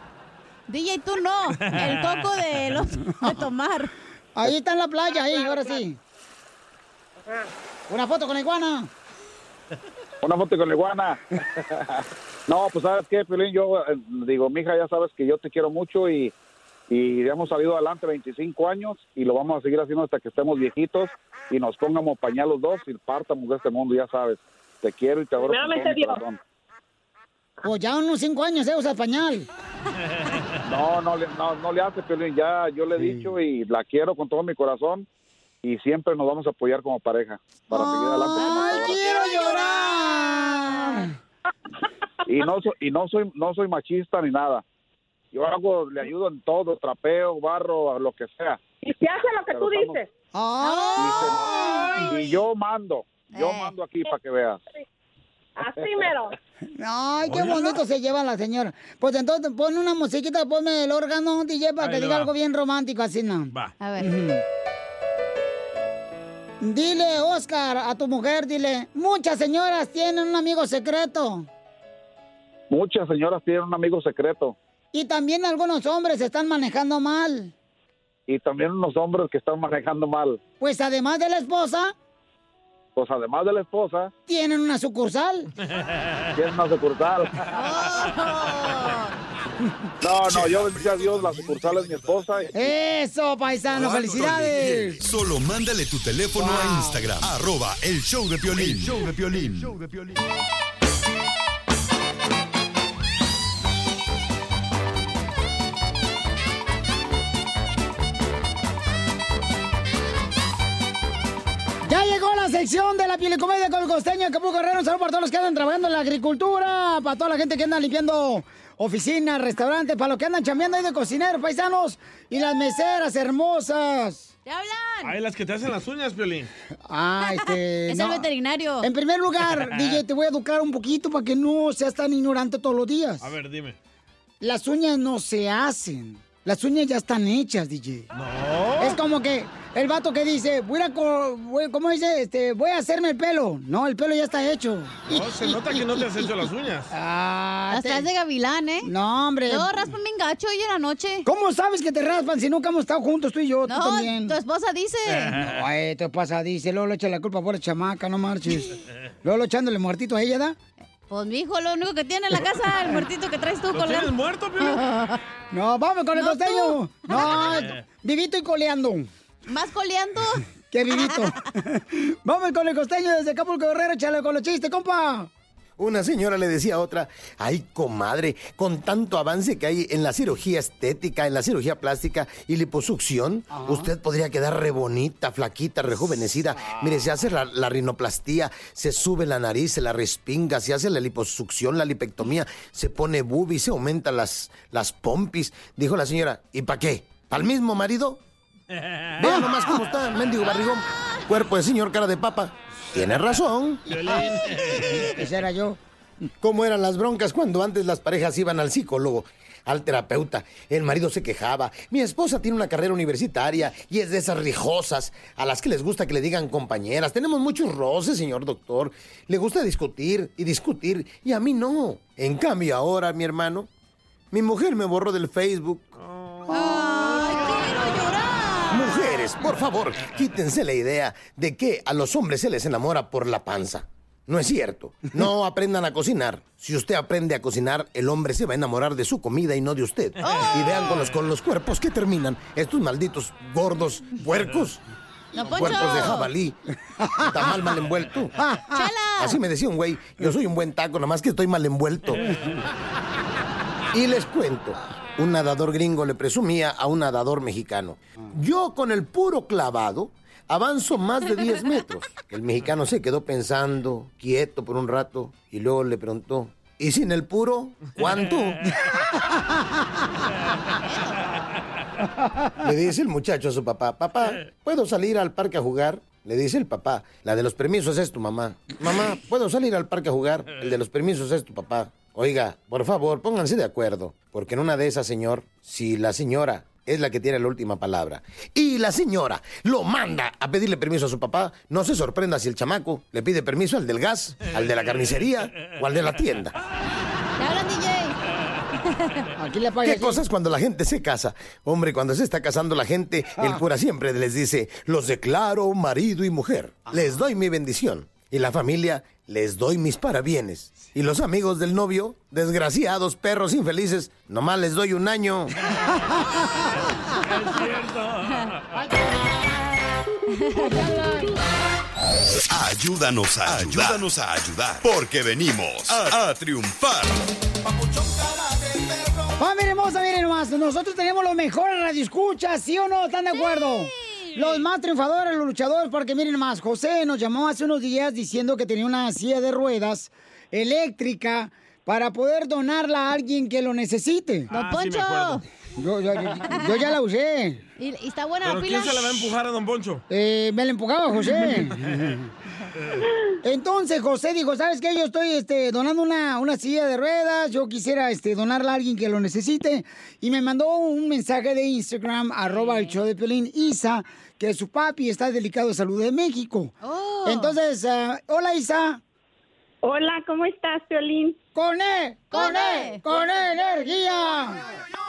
S9: DJ, tú no. El coco de los de tomar.
S2: Ahí está en la playa, ahí, ahora sí. Una foto con la iguana.
S16: Una foto con la iguana. no, pues sabes qué, Piolín, yo eh, digo, mija, ya sabes que yo te quiero mucho y, y hemos salido adelante 25 años y lo vamos a seguir haciendo hasta que estemos viejitos y nos pongamos pañal los dos y partamos de este mundo, ya sabes. Te quiero y te adoro. con todo mi
S2: Primeramente Dios.
S16: corazón.
S2: Pues ya unos cinco años, eh, usa pañal.
S16: No, no, le- no, no le hace, Piolín, ya yo le he dicho y la quiero con todo mi corazón y siempre nos vamos a apoyar como
S14: Ah.
S16: pareja para seguir adelante. como
S2: ¡Ay,
S16: ahora.
S2: quiero llorar!
S16: Y no, so- y no soy no soy machista ni nada. Yo hago, le ayudo en todo, trapeo, barro, lo que sea.
S14: Y se hace lo que
S16: Pero
S14: tú
S16: estamos-
S14: dices.
S16: Y yo mando, yo
S14: Eh.
S16: mando aquí para que veas.
S14: Así mero.
S2: Ay, qué
S16: Oye.
S2: bonito se lleva la señora. Pues entonces pon una musiquita, ponme el órgano, DJ, para
S24: Ahí
S2: que
S24: le
S2: diga
S24: va.
S2: algo bien romántico así, ¿no?
S24: Va.
S2: A ver. Dile, Oscar, a tu mujer, dile, muchas señoras tienen un amigo secreto.
S16: Muchas señoras tienen un amigo secreto
S2: Y también algunos hombres están manejando mal.
S16: y también unos hombres que están manejando mal.
S2: Pues además de la esposa,
S16: Pues además de la esposa,
S2: tienen una sucursal.
S16: tienen una sucursal. No, no, yo bendice a Dios, la sucursal es mi esposa.
S2: Eh, Eso, paisano, felicidades.
S7: Solo mándale tu teléfono a Instagram, arroba el show de Piolín.
S24: El
S7: show de Piolín.
S2: Ya llegó la sección de la pielicomedia con el costeño de Capul Guerrero. Un saludo para todos los que andan trabajando en la agricultura, para toda la gente que anda limpiando oficinas, restaurantes, para los que andan chambeando ahí de cocineros, paisanos y las meseras hermosas.
S9: ¡Ya hablan!
S3: Ay, las que te hacen las uñas, Piolín.
S2: Ah, este.
S9: Es el veterinario.
S2: En primer lugar, DJ, te voy a educar un poquito para que no seas tan ignorante todos los días.
S3: A ver, dime.
S2: Las uñas no se hacen. Las uñas ya están hechas, DJ. No. Es como que el vato que dice, voy a, co- voy- ¿cómo dice? Este, voy a hacerme el pelo. No, el pelo ya está hecho.
S3: No, se nota que no te has hecho las uñas.
S2: Ah,
S9: Hasta es de gavilán, ¿eh?
S2: No, hombre.
S9: Yo raspan bien gacho hoy en la noche.
S2: ¿Cómo sabes que te raspan si nunca hemos estado juntos tú y yo?
S9: No,
S2: tú también.
S9: tu esposa dice.
S2: No, eh, tu esposa dice, luego le echa la culpa por la chamaca, no marches. Luego echándole muertito a ella, ¿da?
S9: Pues mi hijo, lo único que tiene en la casa, el muertito que traes tú
S2: ¿Lo
S9: colgando.
S2: tienes muerto, No, vamos con el
S9: No,
S2: costeño.
S9: tú.
S2: No, vivito y coleando.
S9: Más coleando.
S2: Qué vivito. vamos con el costeño desde Acapulco Guerrero, chale con los chistes, compa.
S18: Una señora le decía a otra, ay comadre, con tanto avance que hay en la cirugía estética, en la cirugía plástica y liposucción, usted podría quedar re bonita, flaquita, rejuvenecida. Mire, se hace la, la rinoplastía, se sube la nariz, se la respinga, se hace la liposucción, la lipectomía, se pone bubi, se aumentan las, las pompis. Dijo la señora, ¿y para qué? ¿Para el mismo marido? Vean nomás cómo está, mendigo barrigón. Cuerpo de señor, cara de papa. Tiene razón.
S2: Ese era yo.
S18: ¿Cómo eran las broncas cuando antes las parejas iban al psicólogo, al terapeuta? El marido se quejaba. Mi esposa tiene una carrera universitaria y es de esas rijosas a las que les gusta que le digan compañeras. Tenemos muchos roces, señor doctor. Le gusta discutir y discutir y a mí no. En cambio ahora, mi hermano, mi mujer me borró del Facebook. Mujeres, por favor, quítense la idea de que a los hombres se les enamora por la panza. No es cierto. No aprendan a cocinar. Si usted aprende a cocinar, el hombre se va a enamorar de su comida y no de usted. Y vean con los, con los cuerpos que terminan estos malditos gordos puercos.
S9: No, Poncho.
S18: Cuerpos de jabalí. Tamal mal envuelto. Así me decía un güey. Yo soy un buen taco, nada más que estoy mal envuelto. Y les cuento, un nadador gringo le presumía a un nadador mexicano, Ah. yo con el puro clavado avanzo más de 10 metros. El mexicano se quedó pensando, quieto por un rato, y luego le preguntó, ¿y sin el puro? ¿Cuánto? Le dice el muchacho a su papá, papá, ¿puedo salir al parque a jugar? Le dice el papá, la de los permisos es tu mamá. Mamá, ¿puedo salir al parque a jugar? El de los permisos es tu papá. Oiga, por favor, pónganse de acuerdo, porque en una de esas, señor, si la señora es la que tiene la última palabra y la señora lo manda a pedirle permiso a su papá, no se sorprenda si el chamaco le pide permiso al del gas, al de la carnicería o al de la tienda.
S9: Ya hablan, DJ.
S2: Aquí le
S18: ¿Qué cosas cuando la gente se casa? Hombre, cuando se está casando la gente, el
S9: Ah.
S18: cura siempre les dice, los declaro marido y mujer, les doy mi bendición. Y la familia, les doy mis parabienes. Y los amigos del novio, desgraciados, perros infelices, nomás les doy un año.
S7: Ayúdanos a ayudar. Ayúdanos a ayudar. Porque venimos a, a triunfar.
S2: Familia hermosa, miren nomás, nosotros tenemos los mejores radioescuchas, ¿sí o no? ¿Están de acuerdo? Los más triunfadores, los luchadores, porque miren más, José nos llamó hace unos días diciendo que tenía una silla de ruedas eléctrica para poder donarla a alguien que lo necesite.
S9: Don Ah, sí me Poncho. acuerdo.
S2: yo, yo- yo- yo ya la usé.
S9: ¿Y, y está buena
S3: ¿Pero
S9: la pila?
S3: quién se la va a empujar a Don Poncho?
S2: Eh, me la empujaba José. Entonces José dijo, ¿sabes qué? Yo estoy este, donando una, una silla de ruedas, yo quisiera este, donarla a alguien que lo necesite. Y me mandó un mensaje de Instagram, arroba el show de Piolín, Isa, que su papi está delicado de salud de México. Entonces, ah, hola Isa.
S22: Hola, ¿cómo estás, Piolín?
S2: Con E, con E, con E, energía.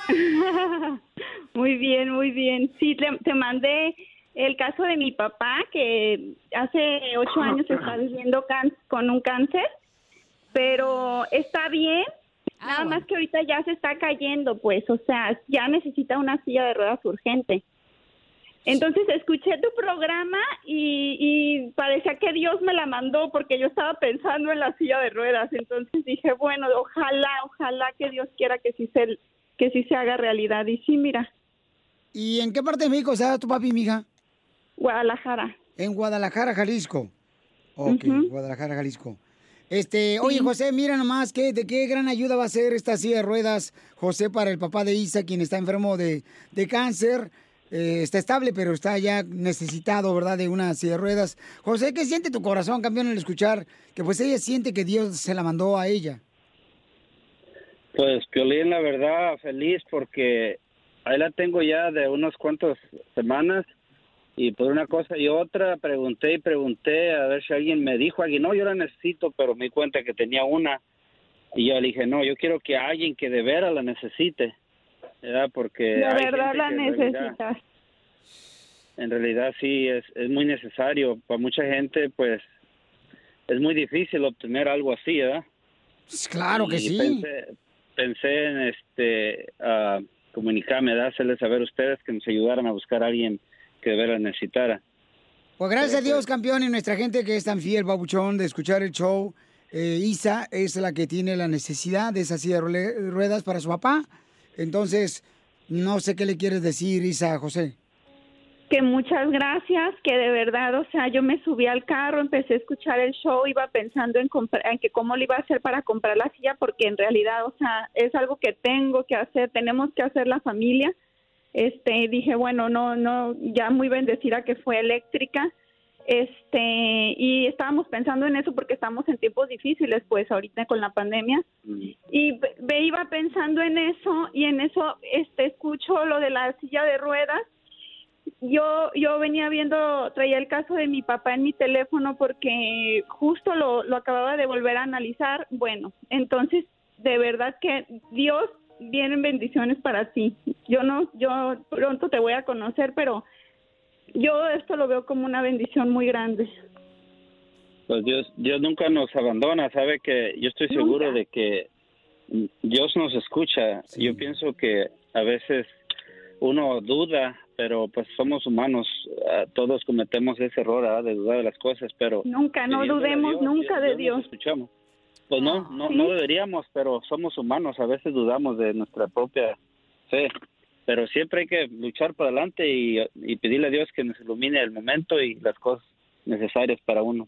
S22: Muy bien, muy bien. Sí, te, te mandé el caso de mi papá que hace ocho años está viviendo can- con un cáncer, pero está bien. Nada más que ahorita ya se está cayendo, pues, o sea, ya necesita una silla de ruedas urgente. Entonces escuché tu programa y, y parecía que Dios me la mandó porque yo estaba pensando en la silla de ruedas. Entonces dije, bueno, ojalá, ojalá que Dios quiera que sí se, que sí se haga realidad. Y sí, mira,
S2: ¿Y en qué parte de México está tu papi, mija?
S22: Guadalajara.
S2: En Guadalajara, Jalisco. Ok, Guadalajara, Jalisco. Este, oye, José, mira nomás, ¿qué, ¿de qué gran ayuda va a ser esta silla de ruedas, José, para el papá de Isa, quien está enfermo de, de cáncer? Eh, está estable, pero está ya necesitado, ¿verdad?, de una silla de ruedas. José, ¿qué siente tu corazón, campeón, al escuchar que pues ella siente que Dios se la mandó a ella?
S21: Pues Piolín, la verdad, feliz porque ahí la tengo ya de unos cuantos semanas y por una cosa y otra pregunté y pregunté a ver si alguien me dijo, alguien, no, yo la necesito, pero me di cuenta que tenía una y yo le dije, no, yo quiero que alguien que de veras la necesite, ¿verdad? Porque...
S22: De
S21: hay
S22: verdad
S21: gente
S22: la
S21: que en realidad-
S22: necesitas.
S21: en realidad sí es, es muy necesario. Para mucha gente, pues, es muy difícil obtener algo así, ¿verdad?
S2: Pues Claro que
S21: Y
S2: sí.
S21: Pensé, pensé en este, ah, comunicarme, ¿verdad? hacerles saber a ustedes que nos ayudaran a buscar a alguien que de veras necesitara.
S2: Pues gracias a Dios, campeón, y nuestra gente que es tan fiel, babuchón, de escuchar el show. Eh, Isa es la que tiene la necesidad de esa silla de rule- ruedas para su papá. Entonces, no sé qué le quieres decir, Isa, a José.
S22: Que muchas gracias, que de verdad, o sea, yo me subí al carro, empecé a escuchar el show, iba pensando en, comprar- en que cómo le iba a hacer para comprar la silla, porque en realidad, o sea, es algo que tengo que hacer, tenemos que hacer la familia. Este, dije, bueno, no, no, ya muy bendecida que fue eléctrica. Este, y estábamos pensando en eso porque estamos en tiempos difíciles, pues ahorita con la pandemia y ve- ve- iba pensando en eso y en eso este escucho lo de la silla de ruedas yo yo venía viendo traía el caso de mi papá en mi teléfono porque justo lo lo acababa de volver a analizar bueno entonces de verdad que Dios vienen bendiciones para ti yo no yo pronto te voy a conocer pero yo esto lo veo como una bendición muy grande
S21: Pues Dios, Dios nunca nos abandona, sabe que yo estoy seguro de que Dios nos escucha. Yo pienso que a veces uno duda, pero pues somos humanos, ah, todos cometemos ese error ¿verdad? de dudar de las cosas, pero
S22: nunca no
S21: pidiéndole a
S22: dudemos
S21: Dios,
S22: nunca de Dios Ah,
S21: nos escuchamos. Pues no, no, no deberíamos, pero somos humanos, a veces dudamos de nuestra propia fe, pero siempre hay que luchar para adelante y, y pedirle a Dios que nos ilumine el momento y las cosas necesarias para uno.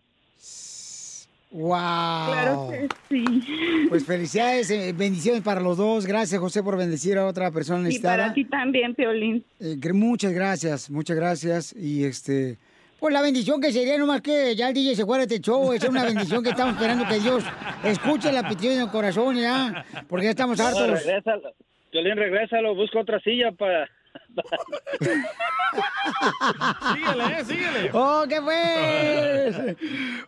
S2: ¡Wow!
S22: Claro que sí.
S2: Pues felicidades, eh, bendiciones para los dos. Gracias, José, por bendecir a otra persona
S22: y
S2: necesitada.
S22: para ti también Piolín
S2: Eh, gr- muchas gracias, muchas gracias. Y este, pues la bendición que sería nomás que ya el DJ se fuera de este show, es una bendición que estamos esperando que Dios escuche la petición del corazón, ya, porque ya estamos
S21: No,
S2: hartos.
S21: regrésalo. Piolín, regrésalo, busca otra silla para...
S3: Síguele, eh, síguele.
S2: ¡Oh, qué pues!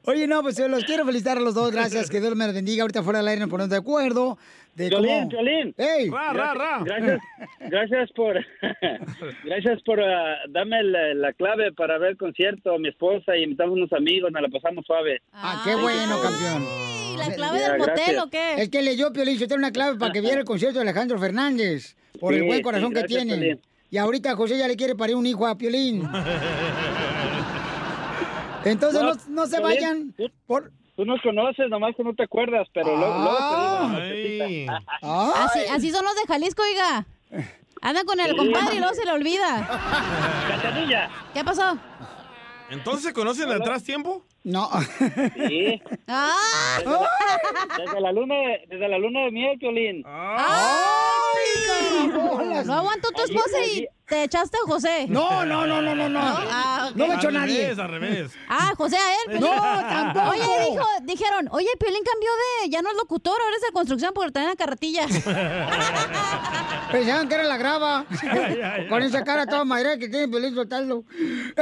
S2: Oye, no, pues eh, los quiero felicitar a los dos, gracias, que Dios me los bendiga. Ahorita fuera del aire nos ponemos de acuerdo. De
S21: Piolín,
S2: cómo...
S21: Piolín.
S2: ¡Ey!
S21: Gracias, gracias por, gracias por ah, darme la, la clave para ver el concierto. Mi esposa y invitamos unos amigos, nos la pasamos suave.
S2: Ah, qué bueno, campeón.
S9: ¿Y la clave
S21: Ya,
S9: del motel
S21: gracias.
S9: o qué?
S2: Es que le dio Piolín Sotelo una clave para que viera el concierto de Alejandro Fernández. Por el
S21: Sí,
S2: buen corazón
S21: sí,
S2: que
S21: gracias,
S2: tiene.
S21: Piolín.
S2: Y ahorita José ya le quiere parir un hijo a Piolín. Entonces no, no se vayan.
S21: Tú,
S2: por...
S21: tú nos conoces, nomás que no te acuerdas, pero luego,
S2: Ah.
S21: luego te digo, Ah.
S9: Así, así son los de Jalisco, oiga. Anda con el
S21: Sí.
S9: compadre y luego se le olvida. ¿Qué pasó?
S3: ¿Entonces se conocen de atrás tiempo?
S2: No.
S21: Sí.
S9: ¡Ah!
S18: Desde la luna, de- desde la luna de miel, Piolín.
S9: No aguantó tu esposa y te echaste a José.
S2: No, no, no, no, no, no.
S9: Ah, ok.
S2: No me echó nadie.
S9: Ah, José, a él.
S2: No,
S9: Piolín.
S2: tampoco.
S9: Oye, dijo, dijeron, oye, Piolín cambió de, ya no es locutor, ahora es de construcción porque traen la carretilla.
S2: Pensaban que era la grava.
S14: ya, ya.
S2: Con esa cara toda madre que tiene feliz soltarlo.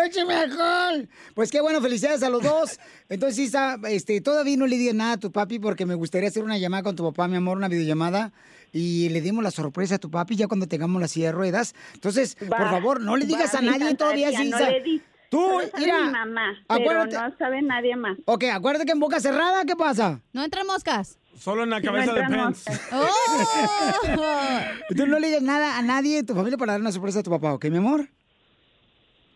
S2: ¡Écheme alcohol! Pues qué bueno, felicidades a los dos. Entonces, Isa, este, todavía no le di nada a tu papi porque me gustaría hacer una llamada con tu papá, mi amor, una videollamada. Y le dimos la sorpresa a tu papi ya cuando tengamos la silla de ruedas. Entonces, por
S22: Va,
S2: favor, no le digas
S22: va,
S2: a
S22: me
S2: nadie todavía,
S22: encantaría, no
S2: Isa.
S22: le di-
S2: Tú,
S22: solo sabe
S2: mira,
S22: mi mamá,
S2: acuérdate-
S22: pero no sabe nadie más.
S2: Ok, acuérdate que en boca cerrada, ¿qué pasa?
S9: No entran moscas.
S3: Solo en la
S22: No
S3: cabeza de
S22: entramos.
S3: Pence.
S2: Oh. Tú no le digas nada a nadie de tu familia para dar una sorpresa a tu papá, ¿ok, mi amor?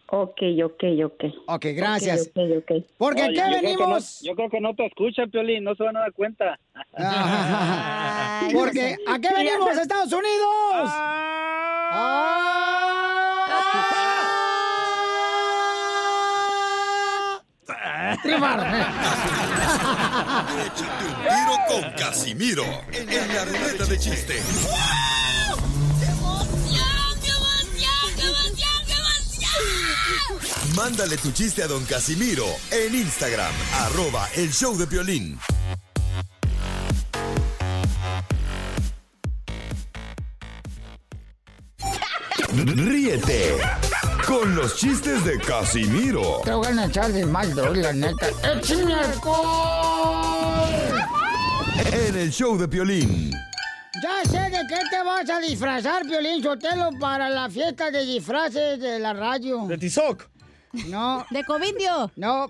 S22: Ok, ok, ok.
S2: Ok, gracias.
S22: Ok, ok, ok.
S2: Porque
S18: Oye, yo creo que
S2: aquí
S18: no-
S2: venimos.
S18: yo creo que no te escuchan, Piolín, no se van a dar cuenta.
S2: Porque ¿a qué venimos, Estados Unidos? Ah.
S7: Échate un tiro con Casimiro en la ruleta de chistes. Mándale tu chiste a don Casimiro en Instagram, arroba el show de violín. Ríete con los chistes de Casimiro
S2: Te voy a echar de mal, doy, la neta. ¡Échame alcohol!
S7: en el show de violín.
S2: Ya sé de qué te vas a disfrazar, Piolín Sotelo, para la fiesta de disfraces de la radio. ¿De Tizoc? No.
S9: ¿De Covindio?
S2: No.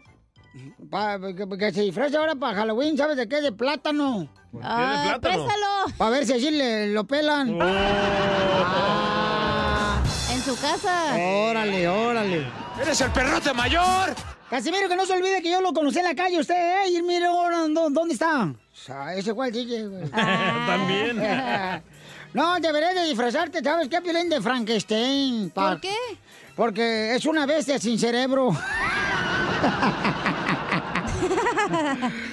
S2: Pa- que, que se disfrace ahora para Halloween, ¿sabes de qué? De plátano. ¿Por
S9: qué de Ay, plátano? Ah, préstalo.
S2: Para ver si así le, lo pelan. Ah,
S9: En su casa.
S17: Oh.
S2: Órale, órale.
S25: ¡Eres el perrote mayor!
S2: Casimiro, que no se olvide que yo lo conocí en la calle, usted, ¿eh? Y mire ahora dó- dónde está. O sea, ese cual DJ, güey.
S14: También.
S2: Ah, No, deberías de disfrazarte, ¿sabes qué? Piolín de Frankenstein.
S9: ¿Por qué?
S2: Porque es una bestia sin cerebro.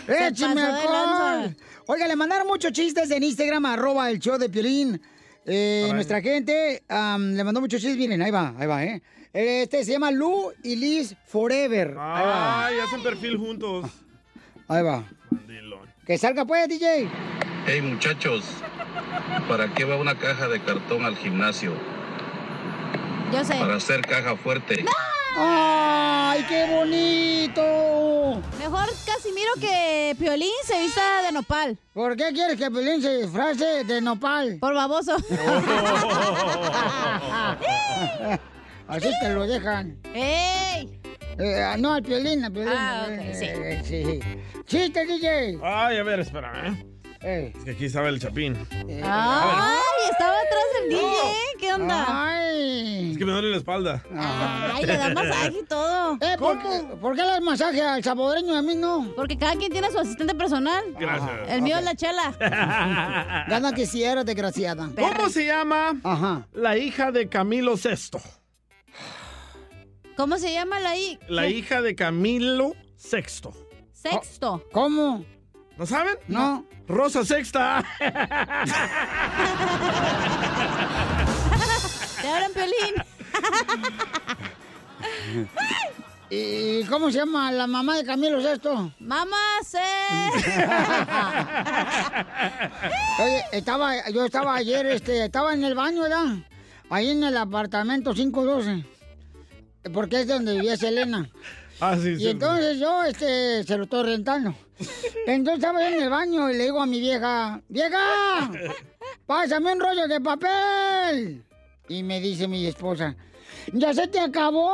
S14: Se
S2: ¡Écheme
S14: pasó de
S2: alcohol!
S14: lanza.
S2: Oiga, le mandaron muchos chistes en Instagram, arroba el show de Piolín. Eh, nuestra gente am, le mandó muchos chistes. Miren, ahí va, ahí va, ¿eh? Este se llama Lu y Liz Forever. Ahí va.
S3: Ay, Ah, hacen perfil juntos.
S2: Ahí va. Que salga pues, DJ.
S26: Hey muchachos, ¿para qué va una caja de cartón al gimnasio?
S9: Yo sé.
S26: Para hacer caja fuerte.
S2: ¡Ay, qué bonito!
S9: Mejor Casimiro que Piolín se vista de nopal.
S2: ¿Por qué quieres que Piolín se disfrace de nopal?
S9: Por baboso.
S2: Así te lo dejan.
S9: ¡Ey!
S2: Eh, no, al piolín, al piolín.
S9: Ah, ok, sí.
S2: Eh, sí. Chiste, DJ.
S3: Ay, a ver, espérame. ¿eh?
S2: Ey.
S3: Es que aquí estaba el chapín. A
S9: ¡Ay! Estaba atrás del DJ. ¿Qué onda?
S3: ver,
S2: Ay.
S3: es que me duele la espalda.
S9: Ay, le da masaje y todo.
S2: Ah. Eh, ¿por, qué, ¿Por qué le das masaje al saboreño a mí no?
S9: Porque cada quien tiene su asistente personal.
S3: Gracias.
S9: El mío es la chela.
S2: Gana que si eres desgraciada.
S3: ¿Cómo se llama la hija de Camilo VI?
S9: ¿Cómo se llama la I?
S3: La hija de Camilo VI.
S2: Oh.
S9: Sexto.
S2: ¿Cómo?
S3: ¿No saben?
S2: No.
S3: Rosa Sexta.
S9: Te hablan Piolín.
S2: ¿Y cómo se llama la mamá de Camilo esto?
S9: Mamá se.
S2: Oye, estaba, yo estaba ayer, este, estaba en el baño, ¿verdad? Ahí en el apartamento 512. Porque es donde vivía Selena.
S3: Ah, sí,
S2: Y
S3: sí.
S2: entonces yo este, se lo estoy rentando. Entonces estaba yo en el baño y le digo a mi vieja, vieja, pásame un rollo de papel. Y me dice mi esposa, ya se te acabó.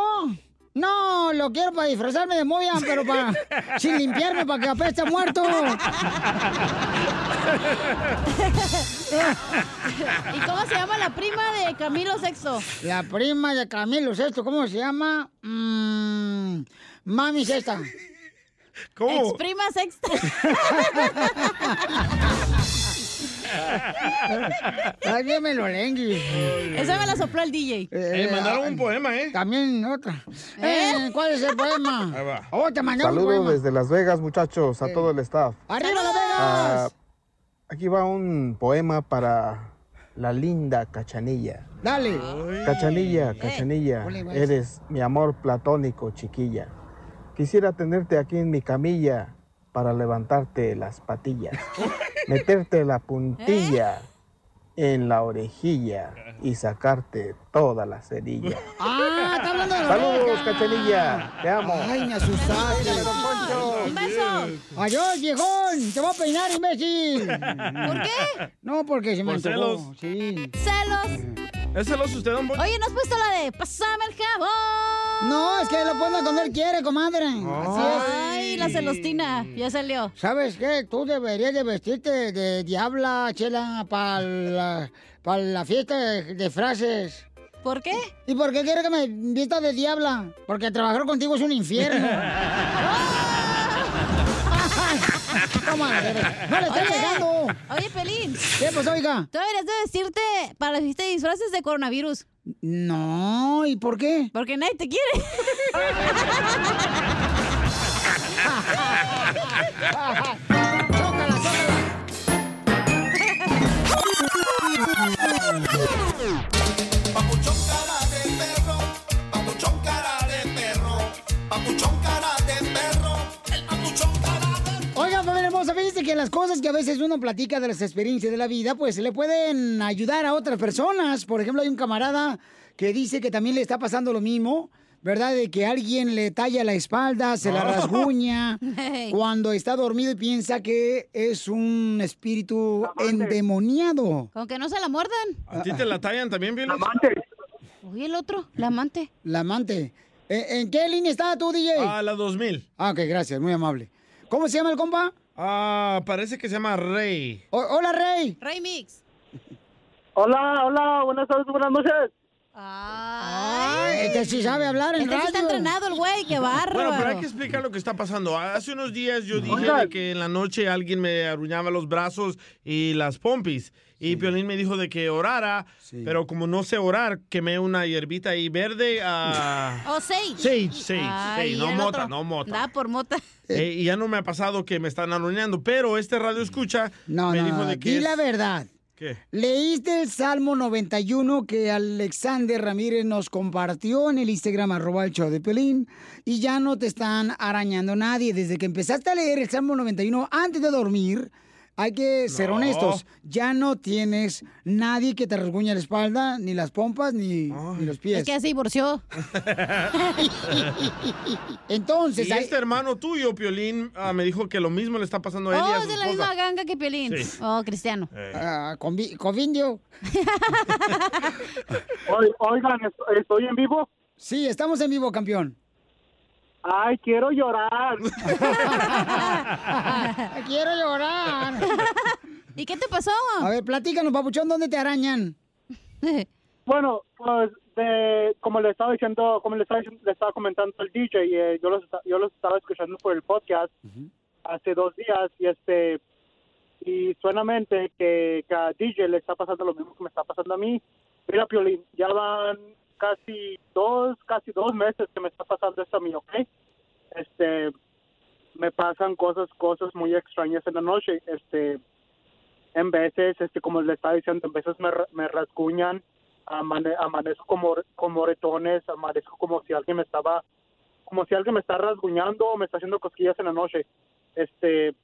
S2: No, lo quiero para disfrazarme de Moyan, pero para sin limpiarme para que apeste a muerto.
S9: ¿Y cómo se llama la prima de Camilo Sexto?
S2: La prima de Camilo Sexto, ¿cómo se llama? Mm, mami Sexta.
S9: Ex prima Sexta.
S2: Ay, me lo lengue.
S9: Esa me la sopló el DJ.
S3: Eh, mandaron un poema, ¿eh?
S2: ah, También otra. Eh, ¿Cuál es el poema?
S3: Ahí va.
S2: Oh, te mandaron un
S27: Saludos
S2: poema.
S27: desde Las Vegas, muchachos, a todo el staff.
S2: ¡Arriba la vega!
S1: Ah, aquí va un poema para la linda Cachanilla.
S2: Dale.
S1: Cachanilla, Cachanilla, eres mi amor platónico, chiquilla. Quisiera tenerte aquí en mi camilla para levantarte las patillas, meterte la puntilla en la orejilla y sacarte toda la cerilla.
S2: Ah, está hablando de la
S1: Saludos,
S2: oreja.
S1: Cachanilla, te amo.
S2: Ay, me asustaste.
S1: Un beso.
S2: Adiós, viejón. Te voy a peinar, imbécil. ¿Por
S9: qué?
S2: No, porque se me
S3: Por
S2: antojó. Sí.
S9: Celos.
S3: ¿Es celoso usted, don Poncho?
S9: Oye, ¿no has puesto la de pásame el jabón?
S2: No, es que lo pone cuando él quiere, comadre. Así es.
S9: Ay, la celostina. Ya salió.
S2: ¿Sabes qué? Tú deberías de vestirte de diabla, chela, para la, pa' la fiesta de, de frases.
S9: ¿Por qué?
S2: ¿Y por qué quieres que me vista de diabla? Porque trabajar contigo es un infierno. Comadre, no le estés
S9: Oye,
S2: pegando.
S9: Oye, Pelín.
S2: ¿Qué pasó, oiga?
S9: Tú deberías de vestirte para las fiestas de disfraces de coronavirus.
S2: No, ¿y por qué?
S9: Porque nadie te quiere.
S14: Papuchón cara de perro, papuchón cara de perro, el papuchón cara
S2: Oigan, familia hermosa, fíjense que las cosas que a veces uno platica de las experiencias de la vida, pues le pueden ayudar a otras personas. Por ejemplo, hay un camarada que dice que también le está pasando lo mismo, ¿verdad? De que alguien le talla la espalda, se la
S9: Oh.
S2: rasguña,
S9: Hey.
S2: cuando está dormido y piensa que es un espíritu endemoniado.
S9: Con que no se la muerdan.
S3: ¿A ti te la tallan también, Piolín?
S9: Oye, el otro, la amante.
S2: La amante. ¿E, ¿En, en qué línea está tú, DJ?
S3: A la 2000.
S2: Ah, ok, gracias, muy amable. ¿Cómo se llama el compa?
S3: Ah, parece que se llama Rey.
S2: O- hola, Rey.
S9: Rey Mix.
S23: Hola, hola, buenas tardes, buenas noches.
S2: Ay, este sí sabe hablar en
S9: Este sí
S2: radio.
S9: está entrenado el güey, qué bárbaro.
S3: Bueno, pero hay que explicar lo que está pasando. Hace unos días yo dije
S9: Oigan.
S3: de que en la noche alguien me arruñaba los brazos y las pompis. Y Piolín me dijo de que orara, pero como no sé orar, quemé una hierbita ahí verde. a...
S9: O Sage.
S3: Sage, Sage, Sage. No
S9: Oh, el
S3: mota,
S9: otro.
S3: no mota.
S9: Da por mota.
S3: Eh, y ya no me ha pasado que me están arruinando, pero este radio escucha
S2: No,
S3: me
S2: no,
S3: dijo
S2: no,
S3: de que
S2: di
S3: es-
S2: la verdad.
S3: ¿Qué?
S2: ¿Leíste el Salmo 91 que Alexander Ramírez nos compartió en el Instagram arroba el show de Pelín? Y ya no te están arañando nadie. Desde que empezaste a leer el Salmo 91 antes de dormir, hay que ser
S9: No.
S2: honestos. Ya no tienes nadie que te rasguñe la espalda, ni las pompas, ni, ni los pies.
S9: Es que ya se divorció.
S2: Entonces,
S3: Y
S2: ahí-
S3: este hermano tuyo, Piolín, ah, me dijo que lo mismo le está pasando a él. y
S9: Oh,
S3: a
S9: es
S3: su
S9: de la
S3: esposa.
S9: misma ganga que Piolín.
S3: Sí.
S9: Oh, Cristiano.
S2: Ah, con, vi- con indio.
S23: Oigan, ¿est- ¿estoy en vivo?
S2: Sí, estamos en vivo, campeón.
S23: Ay, quiero llorar.
S2: Quiero llorar.
S9: ¿Y qué te pasó?
S2: A ver, platícanos, papuchón, ¿dónde te arañan?
S23: Bueno, pues de- como le estaba diciendo, como le estaba, diciendo- le estaba comentando el DJ, eh, yo, los, esta- yo los estaba escuchando por el podcast hace dos días y este y suenamente que, que a DJ le está pasando lo mismo que me está pasando a mí. Mira, Piolín, ya van casi dos, casi dos meses que me está pasando esto a mí, ¿ok? Este, me pasan cosas, cosas muy extrañas en la noche. Este, en veces, este, como le estaba diciendo, en veces me, ra- me rasguñan, amane- amanezco como, como retones, amanezco como si alguien me estaba, como si alguien me está rasguñando o me está haciendo cosquillas en la noche. Este,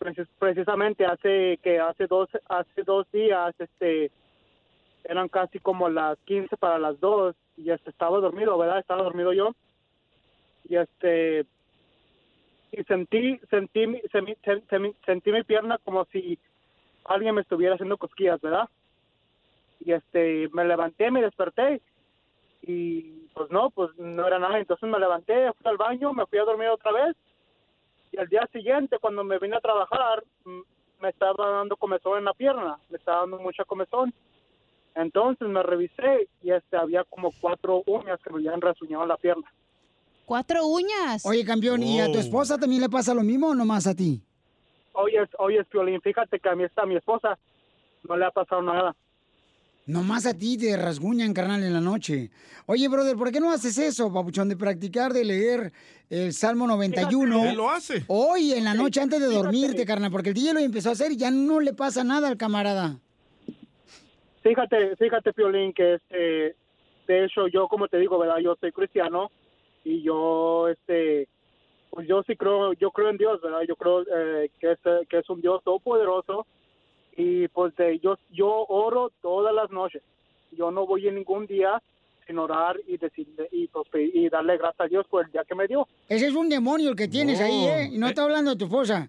S23: precis- precisamente hace que hace dos, hace dos días, este, eran casi como las 15 para las 2 y este, estaba dormido, ¿verdad? Estaba dormido yo. Y este, y sentí sentí mi- se mi- se- se mi- sentí mi pierna como si alguien me estuviera haciendo cosquillas verdad y este me levanté me desperté y pues no pues no era nada entonces me levanté fui al baño me fui a dormir otra vez y al día siguiente cuando me vine a trabajar mm, me estaba dando comezón en la pierna me estaba dando mucha comezón entonces me revisé y este había como cuatro uñas que me habían rasguñado la pierna
S9: Cuatro uñas.
S2: Oye, campeón, ¿y a tu esposa también le pasa lo mismo o nomás a ti?
S23: Oye, oye, Piolín, fíjate que a mí está mi esposa, no le ha pasado nada.
S2: Nomás a ti te rasguñan, carnal, en la noche. Oye, brother, ¿por qué no haces eso, papuchón, de practicar, de leer el Salmo 91?
S3: Él lo hace.
S2: Hoy, en la noche, antes de dormirte, carnal, porque el DJ lo empezó a hacer y ya no le pasa nada al camarada.
S23: Fíjate, fíjate, Piolín, que este, de hecho yo, como te digo, ¿verdad? Yo soy cristiano y yo, este, pues yo sí creo, yo creo en Dios, ¿verdad? Yo creo eh, que, es, eh, que es un Dios todopoderoso y pues de, yo, yo oro todas las noches. Yo no voy en ningún día sin orar y decirle y, pues, pe- y darle gracias a Dios por el día que me dio.
S2: Ese es un demonio el que tienes
S3: Oh.
S2: ahí, ¿eh? Y no está hablando de tu esposa.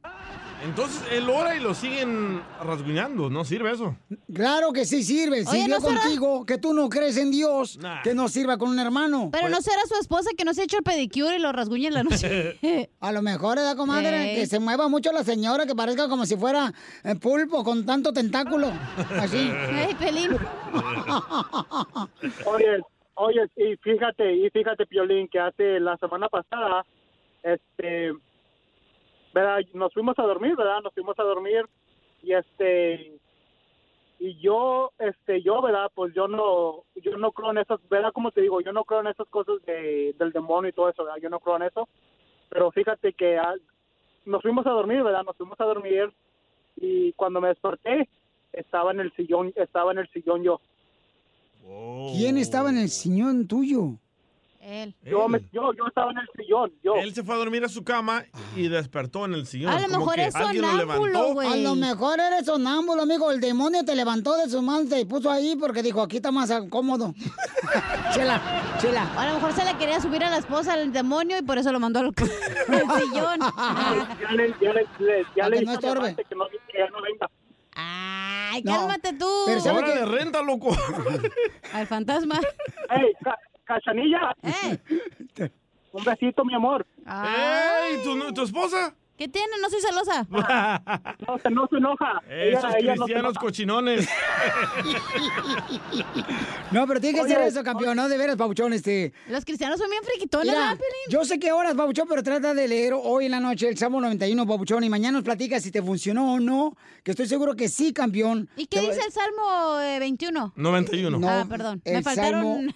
S3: Entonces él ora y lo siguen rasguñando. No sirve eso.
S2: Claro que sí sirve.
S9: Oye,
S2: Sirvió
S9: ¿no será?
S2: contigo, que tú no crees en Dios,
S3: Nah.
S2: que no sirva con un hermano.
S9: Pero no será su esposa que no se ha hecho el pedicure y lo rasguña en la noche.
S2: A lo mejor, ¿verdad, comadre?
S9: Ey.
S2: Que se mueva mucho la señora, que parezca como si fuera eh, pulpo con tanto tentáculo. Así.
S9: Ay, Pelín.
S23: Oye, oye, y fíjate, y fíjate, Piolín, que hace la semana pasada, este, ¿verdad? Nos fuimos a dormir, ¿verdad? Nos fuimos a dormir y este, y yo, este, yo, ¿verdad? Pues yo no, yo no creo en esas, ¿verdad? Como te digo, yo no creo en esas cosas de, del demonio y todo eso, ¿verdad? Yo no creo en eso, pero fíjate que ah, nos fuimos a dormir, ¿verdad? Nos fuimos a dormir y cuando me desperté, estaba en el sillón, estaba en el sillón yo.
S2: ¿Quién estaba en el sillón tuyo?
S23: Yo, me- yo, yo estaba en el sillón, yo.
S3: Él se fue a dormir a su cama y despertó en el sillón.
S2: A lo
S3: Como
S2: mejor
S3: que
S2: es
S3: alguien lo levantó.
S2: A lo mejor eres sonámbulo, amigo. El demonio te levantó de su mano y puso ahí porque dijo, aquí está más cómodo. chela, chela.
S9: A lo mejor se le quería subir a la esposa al demonio y por eso lo mandó al, al sillón.
S23: Ya le, ya le, le- ya le dije a
S9: Para Ah, que no
S23: mi
S9: estorbe.
S23: amante que no, que ya no venga.
S9: Ay,
S23: No.
S9: cálmate tú.
S23: Pero ¿sabe Ahora qué? le
S3: renta, loco.
S9: Al fantasma.
S23: ¡Ey, ca- cachanilla! Un besito, mi amor.
S9: Ay.
S3: ¡Ey! ¿Tu, tu esposa?
S9: ¿Qué tiene? No soy celosa.
S23: No, se- no se enoja.
S3: Esos
S23: Ella- ella no se
S3: cristianos
S23: enoja.
S3: cochinones.
S2: No, pero tiene que
S9: Oye,
S2: ser eso, campeón, no de veras, Pabuchón, este.
S9: Los cristianos son bien friquitones,
S2: Mira,
S9: ¿verdad, Pelín?
S2: yo sé que horas, Pabuchón, pero trata de leer hoy en la noche el Salmo 91, Pabuchón, y mañana nos platicas si te funcionó o no, que estoy seguro que sí, campeón.
S9: ¿Y qué
S2: Te-
S9: dice el Salmo eh, 21?
S3: 91.
S9: ah, perdón. Me
S2: el
S9: faltaron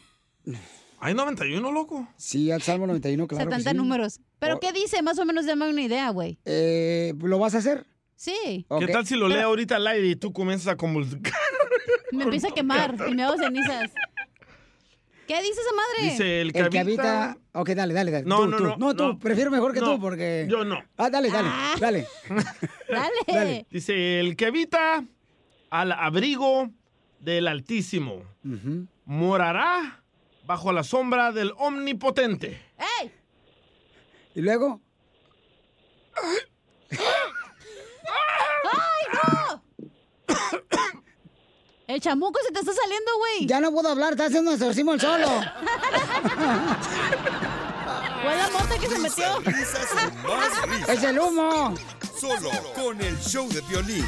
S3: ¿Hay 91, loco?
S2: Sí, al Salmo 91, claro. que
S9: 70
S2: sí.
S9: números. ¿Pero qué dice? Más o menos dame una idea, güey.
S2: Eh, ¿Lo vas a hacer?
S9: Sí.
S3: ¿Qué tal si lo leo ahorita al aire y tú comienzas a convulsar?
S9: Me empieza a quemar y me hago cenizas. ¿Qué dice esa madre?
S3: Dice, el que habita-
S2: Ok, dale, dale, dale.
S3: No,
S2: tú,
S3: no,
S2: tú.
S3: no,
S2: tú,
S3: no.
S2: prefiero mejor que
S3: No,
S2: tú, porque...
S3: yo no.
S2: Ah, dale, dale, dale.
S9: Dale.
S3: Dice, el que habita al abrigo del Altísimo morará bajo la sombra del Omnipotente.
S9: ¡Ey!
S2: ¿Y luego?
S9: ¡Ay, no! El chamuco se te está saliendo, güey.
S2: Ya no puedo hablar, está haciendo exorcismo el solo.
S9: Fue la mota que se metió.
S7: Más risas.
S2: ¡Es el humo!
S7: Solo con el show de violín.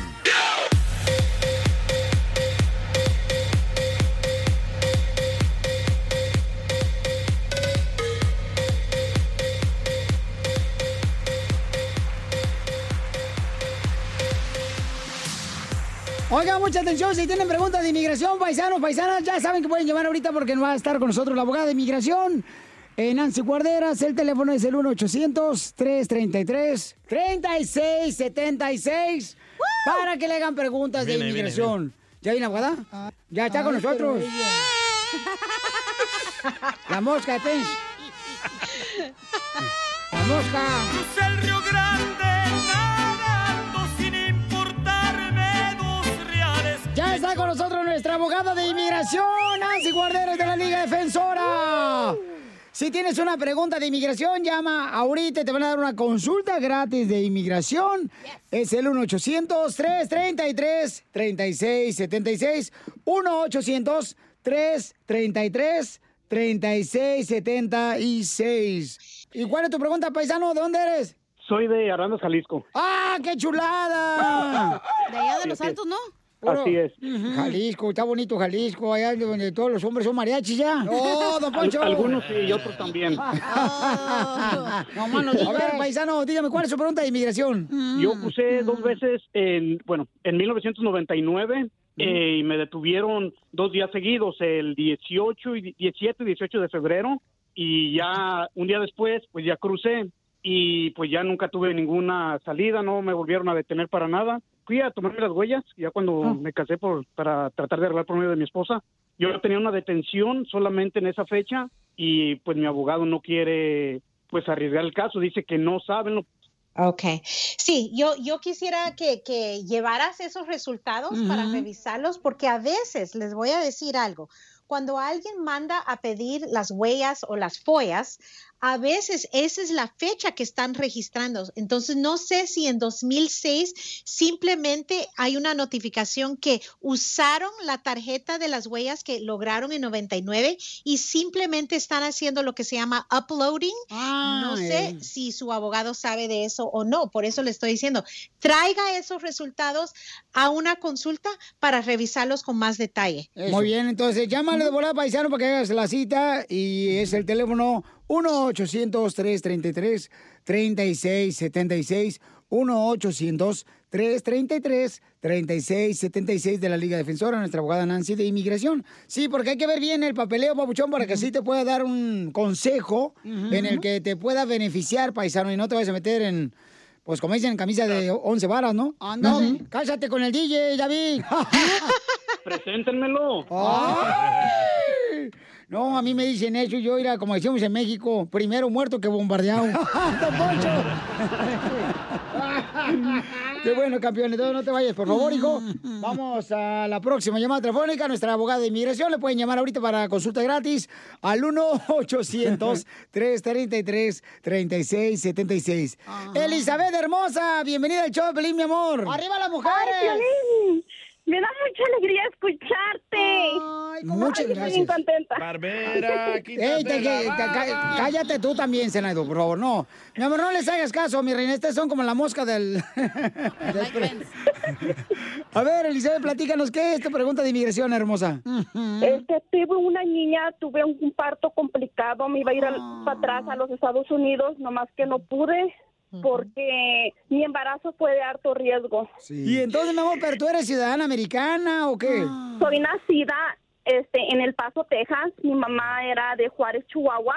S2: Oiga, mucha atención, si tienen preguntas de inmigración, paisanos, paisanas, ya saben que pueden llamar ahorita porque no va a estar con nosotros la abogada de inmigración, eh, Nancy Guarderas. El teléfono es el 1-800-333-3676 para que le hagan preguntas de
S14: Viene, viene,
S2: inmigración. ¿Ya viene la abogada? Ya está con
S14: Ah. Ay, pero
S2: nosotros. La mosca, Pens. La mosca.
S14: el Río Grande nadando sin importarme dos reales.
S2: Ya está con nosotros nuestra abogada de inmigración, Nancy Guarderas de la Liga Defensora. Si tienes una pregunta de inmigración, llama ahorita y te van a dar una consulta gratis de inmigración. Es el 1-800-333-3676. 1-800-333-3676. ¿Y cuál es tu pregunta, paisano? ¿De dónde eres?
S5: Soy de Arandas, Jalisco.
S2: ¡Ah, qué chulada!
S9: De allá de los
S5: Así es.
S9: altos, ¿no?
S5: Así es.
S2: Ujú. Jalisco, está bonito Jalisco, allá donde todos los hombres son mariachis ya. ¡Oh, don
S5: Al-
S2: Poncho!
S5: algunos sí y otros también.
S2: No, mano, a ver, paisano, dígame, ¿cuál es su pregunta de inmigración?
S5: Yo puse dos veces, en, bueno, en 1999 eh, y me detuvieron dos días seguidos, el 18 y 17 y 18 de febrero y ya un día después pues ya crucé y pues ya nunca tuve ninguna salida, no me volvieron a detener para nada. Fui a tomarme las huellas ya cuando me casé por, para tratar de arreglar por medio de mi esposa. Yo tenía una detención solamente en esa fecha y pues mi abogado no quiere pues arriesgar el caso, dice que no saben lo
S6: Ok. Sí, yo, yo quisiera que, que llevaras esos resultados para
S22: Ujú.
S6: revisarlos, porque a veces les voy a decir algo. Cuando alguien manda a pedir las huellas o las follas, a veces esa es la fecha que están registrando. Entonces, no sé si en 2006 simplemente hay una notificación que usaron la tarjeta de las huellas que lograron en 99 y simplemente están haciendo lo que se llama uploading. no sé
S22: Ay.
S6: si su abogado sabe de eso o no, por eso le estoy diciendo, traiga esos resultados a una consulta para revisarlos con más detalle.
S2: Muy bien, entonces llámale de volada paisano para que hagas la cita y es el teléfono 1-800-333-3676. 1-800-333-3676 de la Liga Defensora, nuestra abogada Nancy de Inmigración. Sí, porque hay que ver bien el papeleo, papuchón, para que así te pueda dar un consejo
S22: Ujú.
S2: en el que te pueda beneficiar, paisano, y no te vayas a meter en, pues como dicen, camisa de 11 varas, ¿no? No, cállate con el DJ, David. Ah.
S5: Preséntenmelo.
S2: ¡Ay! No, a mí me dicen eso, yo era, como decíamos en México, primero muerto que bombardeado. ¡Don Poncho! Qué bueno, campeón. Entonces no te vayas, por favor, hijo. Vamos a la próxima llamada telefónica. Nuestra abogada de inmigración le pueden llamar ahorita para consulta gratis al 1-800-333-3676. Elizabeth Hermosa, bienvenida al show de Pelín, mi amor. ¡Arriba las mujeres!
S22: Me da mucha alegría escucharte.
S2: Muchas
S22: Ay,
S2: gracias.
S22: Estoy bien contenta.
S2: Ey, te- que- te- ca- cállate tú también, Senado, por favor. No, mi amor, no les hagas caso, mi reina. Estas son como la mosca del... del pre- A ver, Elizabeth, platícanos, ¿qué es tu pregunta de inmigración, hermosa?
S22: Este, tuve una niña, tuve un, un parto complicado, me iba a ir al- para atrás a los Estados Unidos, nomás que no pude porque mi embarazo fue de alto riesgo.
S2: Y entonces, mi amor, ¿pero tú eres ciudadana americana o qué?
S22: Soy nacida este, en El Paso, Texas. Mi mamá era de Juárez, Chihuahua.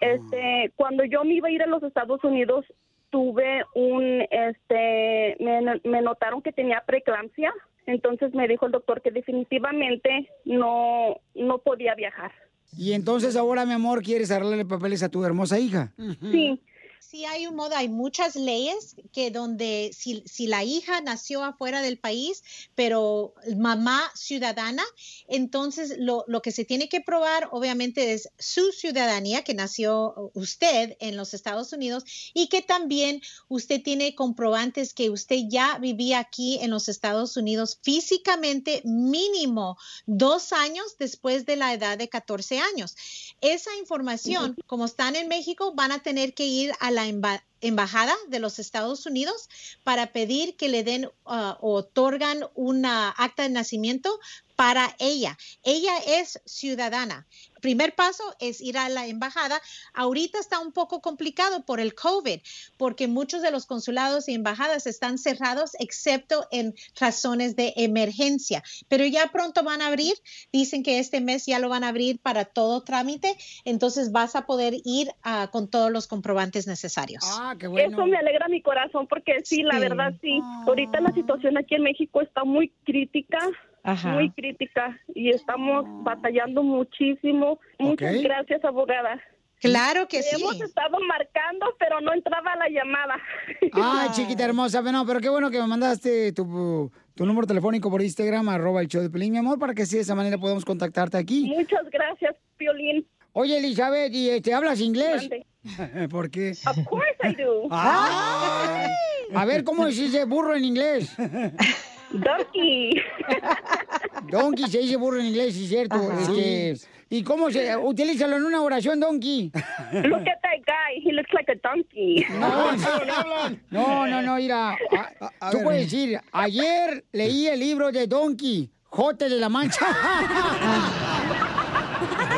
S6: Mm.
S22: Este, Cuando yo me iba a ir a los Estados Unidos, tuve un, este, me, me notaron que tenía preeclampsia. Entonces me dijo el doctor que definitivamente no, no podía viajar.
S2: Y entonces ahora, mi amor, quieres arreglarle papeles a tu hermosa hija.
S22: Sí.
S6: Sí hay un modo, hay muchas leyes que donde si, si la hija nació afuera del país, pero mamá ciudadana, entonces lo, lo que se tiene que probar obviamente es su ciudadanía, que nació usted en los Estados Unidos y que también usted tiene comprobantes que usted ya vivía aquí en los Estados Unidos físicamente mínimo dos años después de la edad de 14 años. Esa información, como están en México, van a tener que ir a la emba- embajada de los Estados Unidos para pedir que le den ah, o otorgan una acta de nacimiento para ella. Ella es ciudadana. Primer paso es ir a la embajada. Ahorita está un poco complicado por el COVID, porque muchos de los consulados y embajadas están cerrados excepto en razones de emergencia. Pero ya pronto van a abrir. Dicen que este mes ya lo van a abrir para todo trámite. Entonces vas a poder ir ah, con todos los comprobantes necesarios.
S2: Ah, qué
S22: Eso me alegra mi corazón porque sí, la
S6: Sí.
S22: verdad sí.
S6: Ah.
S22: Ahorita la situación aquí en México está muy crítica,
S6: Ajá.
S22: muy crítica y estamos
S6: Ah.
S22: batallando muchísimo. Muchas
S6: Ok.
S22: gracias, abogada.
S6: Claro que sí.
S22: Hemos estado marcando, pero no entraba la llamada.
S2: Ay, chiquita hermosa, no, pero qué bueno que me mandaste tu, tu número telefónico por Instagram, arroba el show de Pelín, mi amor, para que así de esa manera podamos contactarte aquí.
S22: Muchas gracias, Piolín.
S2: Oye, Elizabeth, ¿y este, hablas inglés? ¿Por qué? Of
S22: course I do.
S2: A ver, ¿cómo se dice burro en inglés?
S22: Donkey.
S2: Donkey se dice burro en inglés, sí, cierto.
S22: Ajá.
S2: Este, ¿Y cómo se...? Utilízalo en una oración, donkey.
S22: Look at that guy. He looks like a donkey.
S2: No, no, no, no, mira. a- a- tú puedes decir, ayer leí el libro de Donkey, Jote de la Mancha.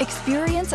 S11: Experience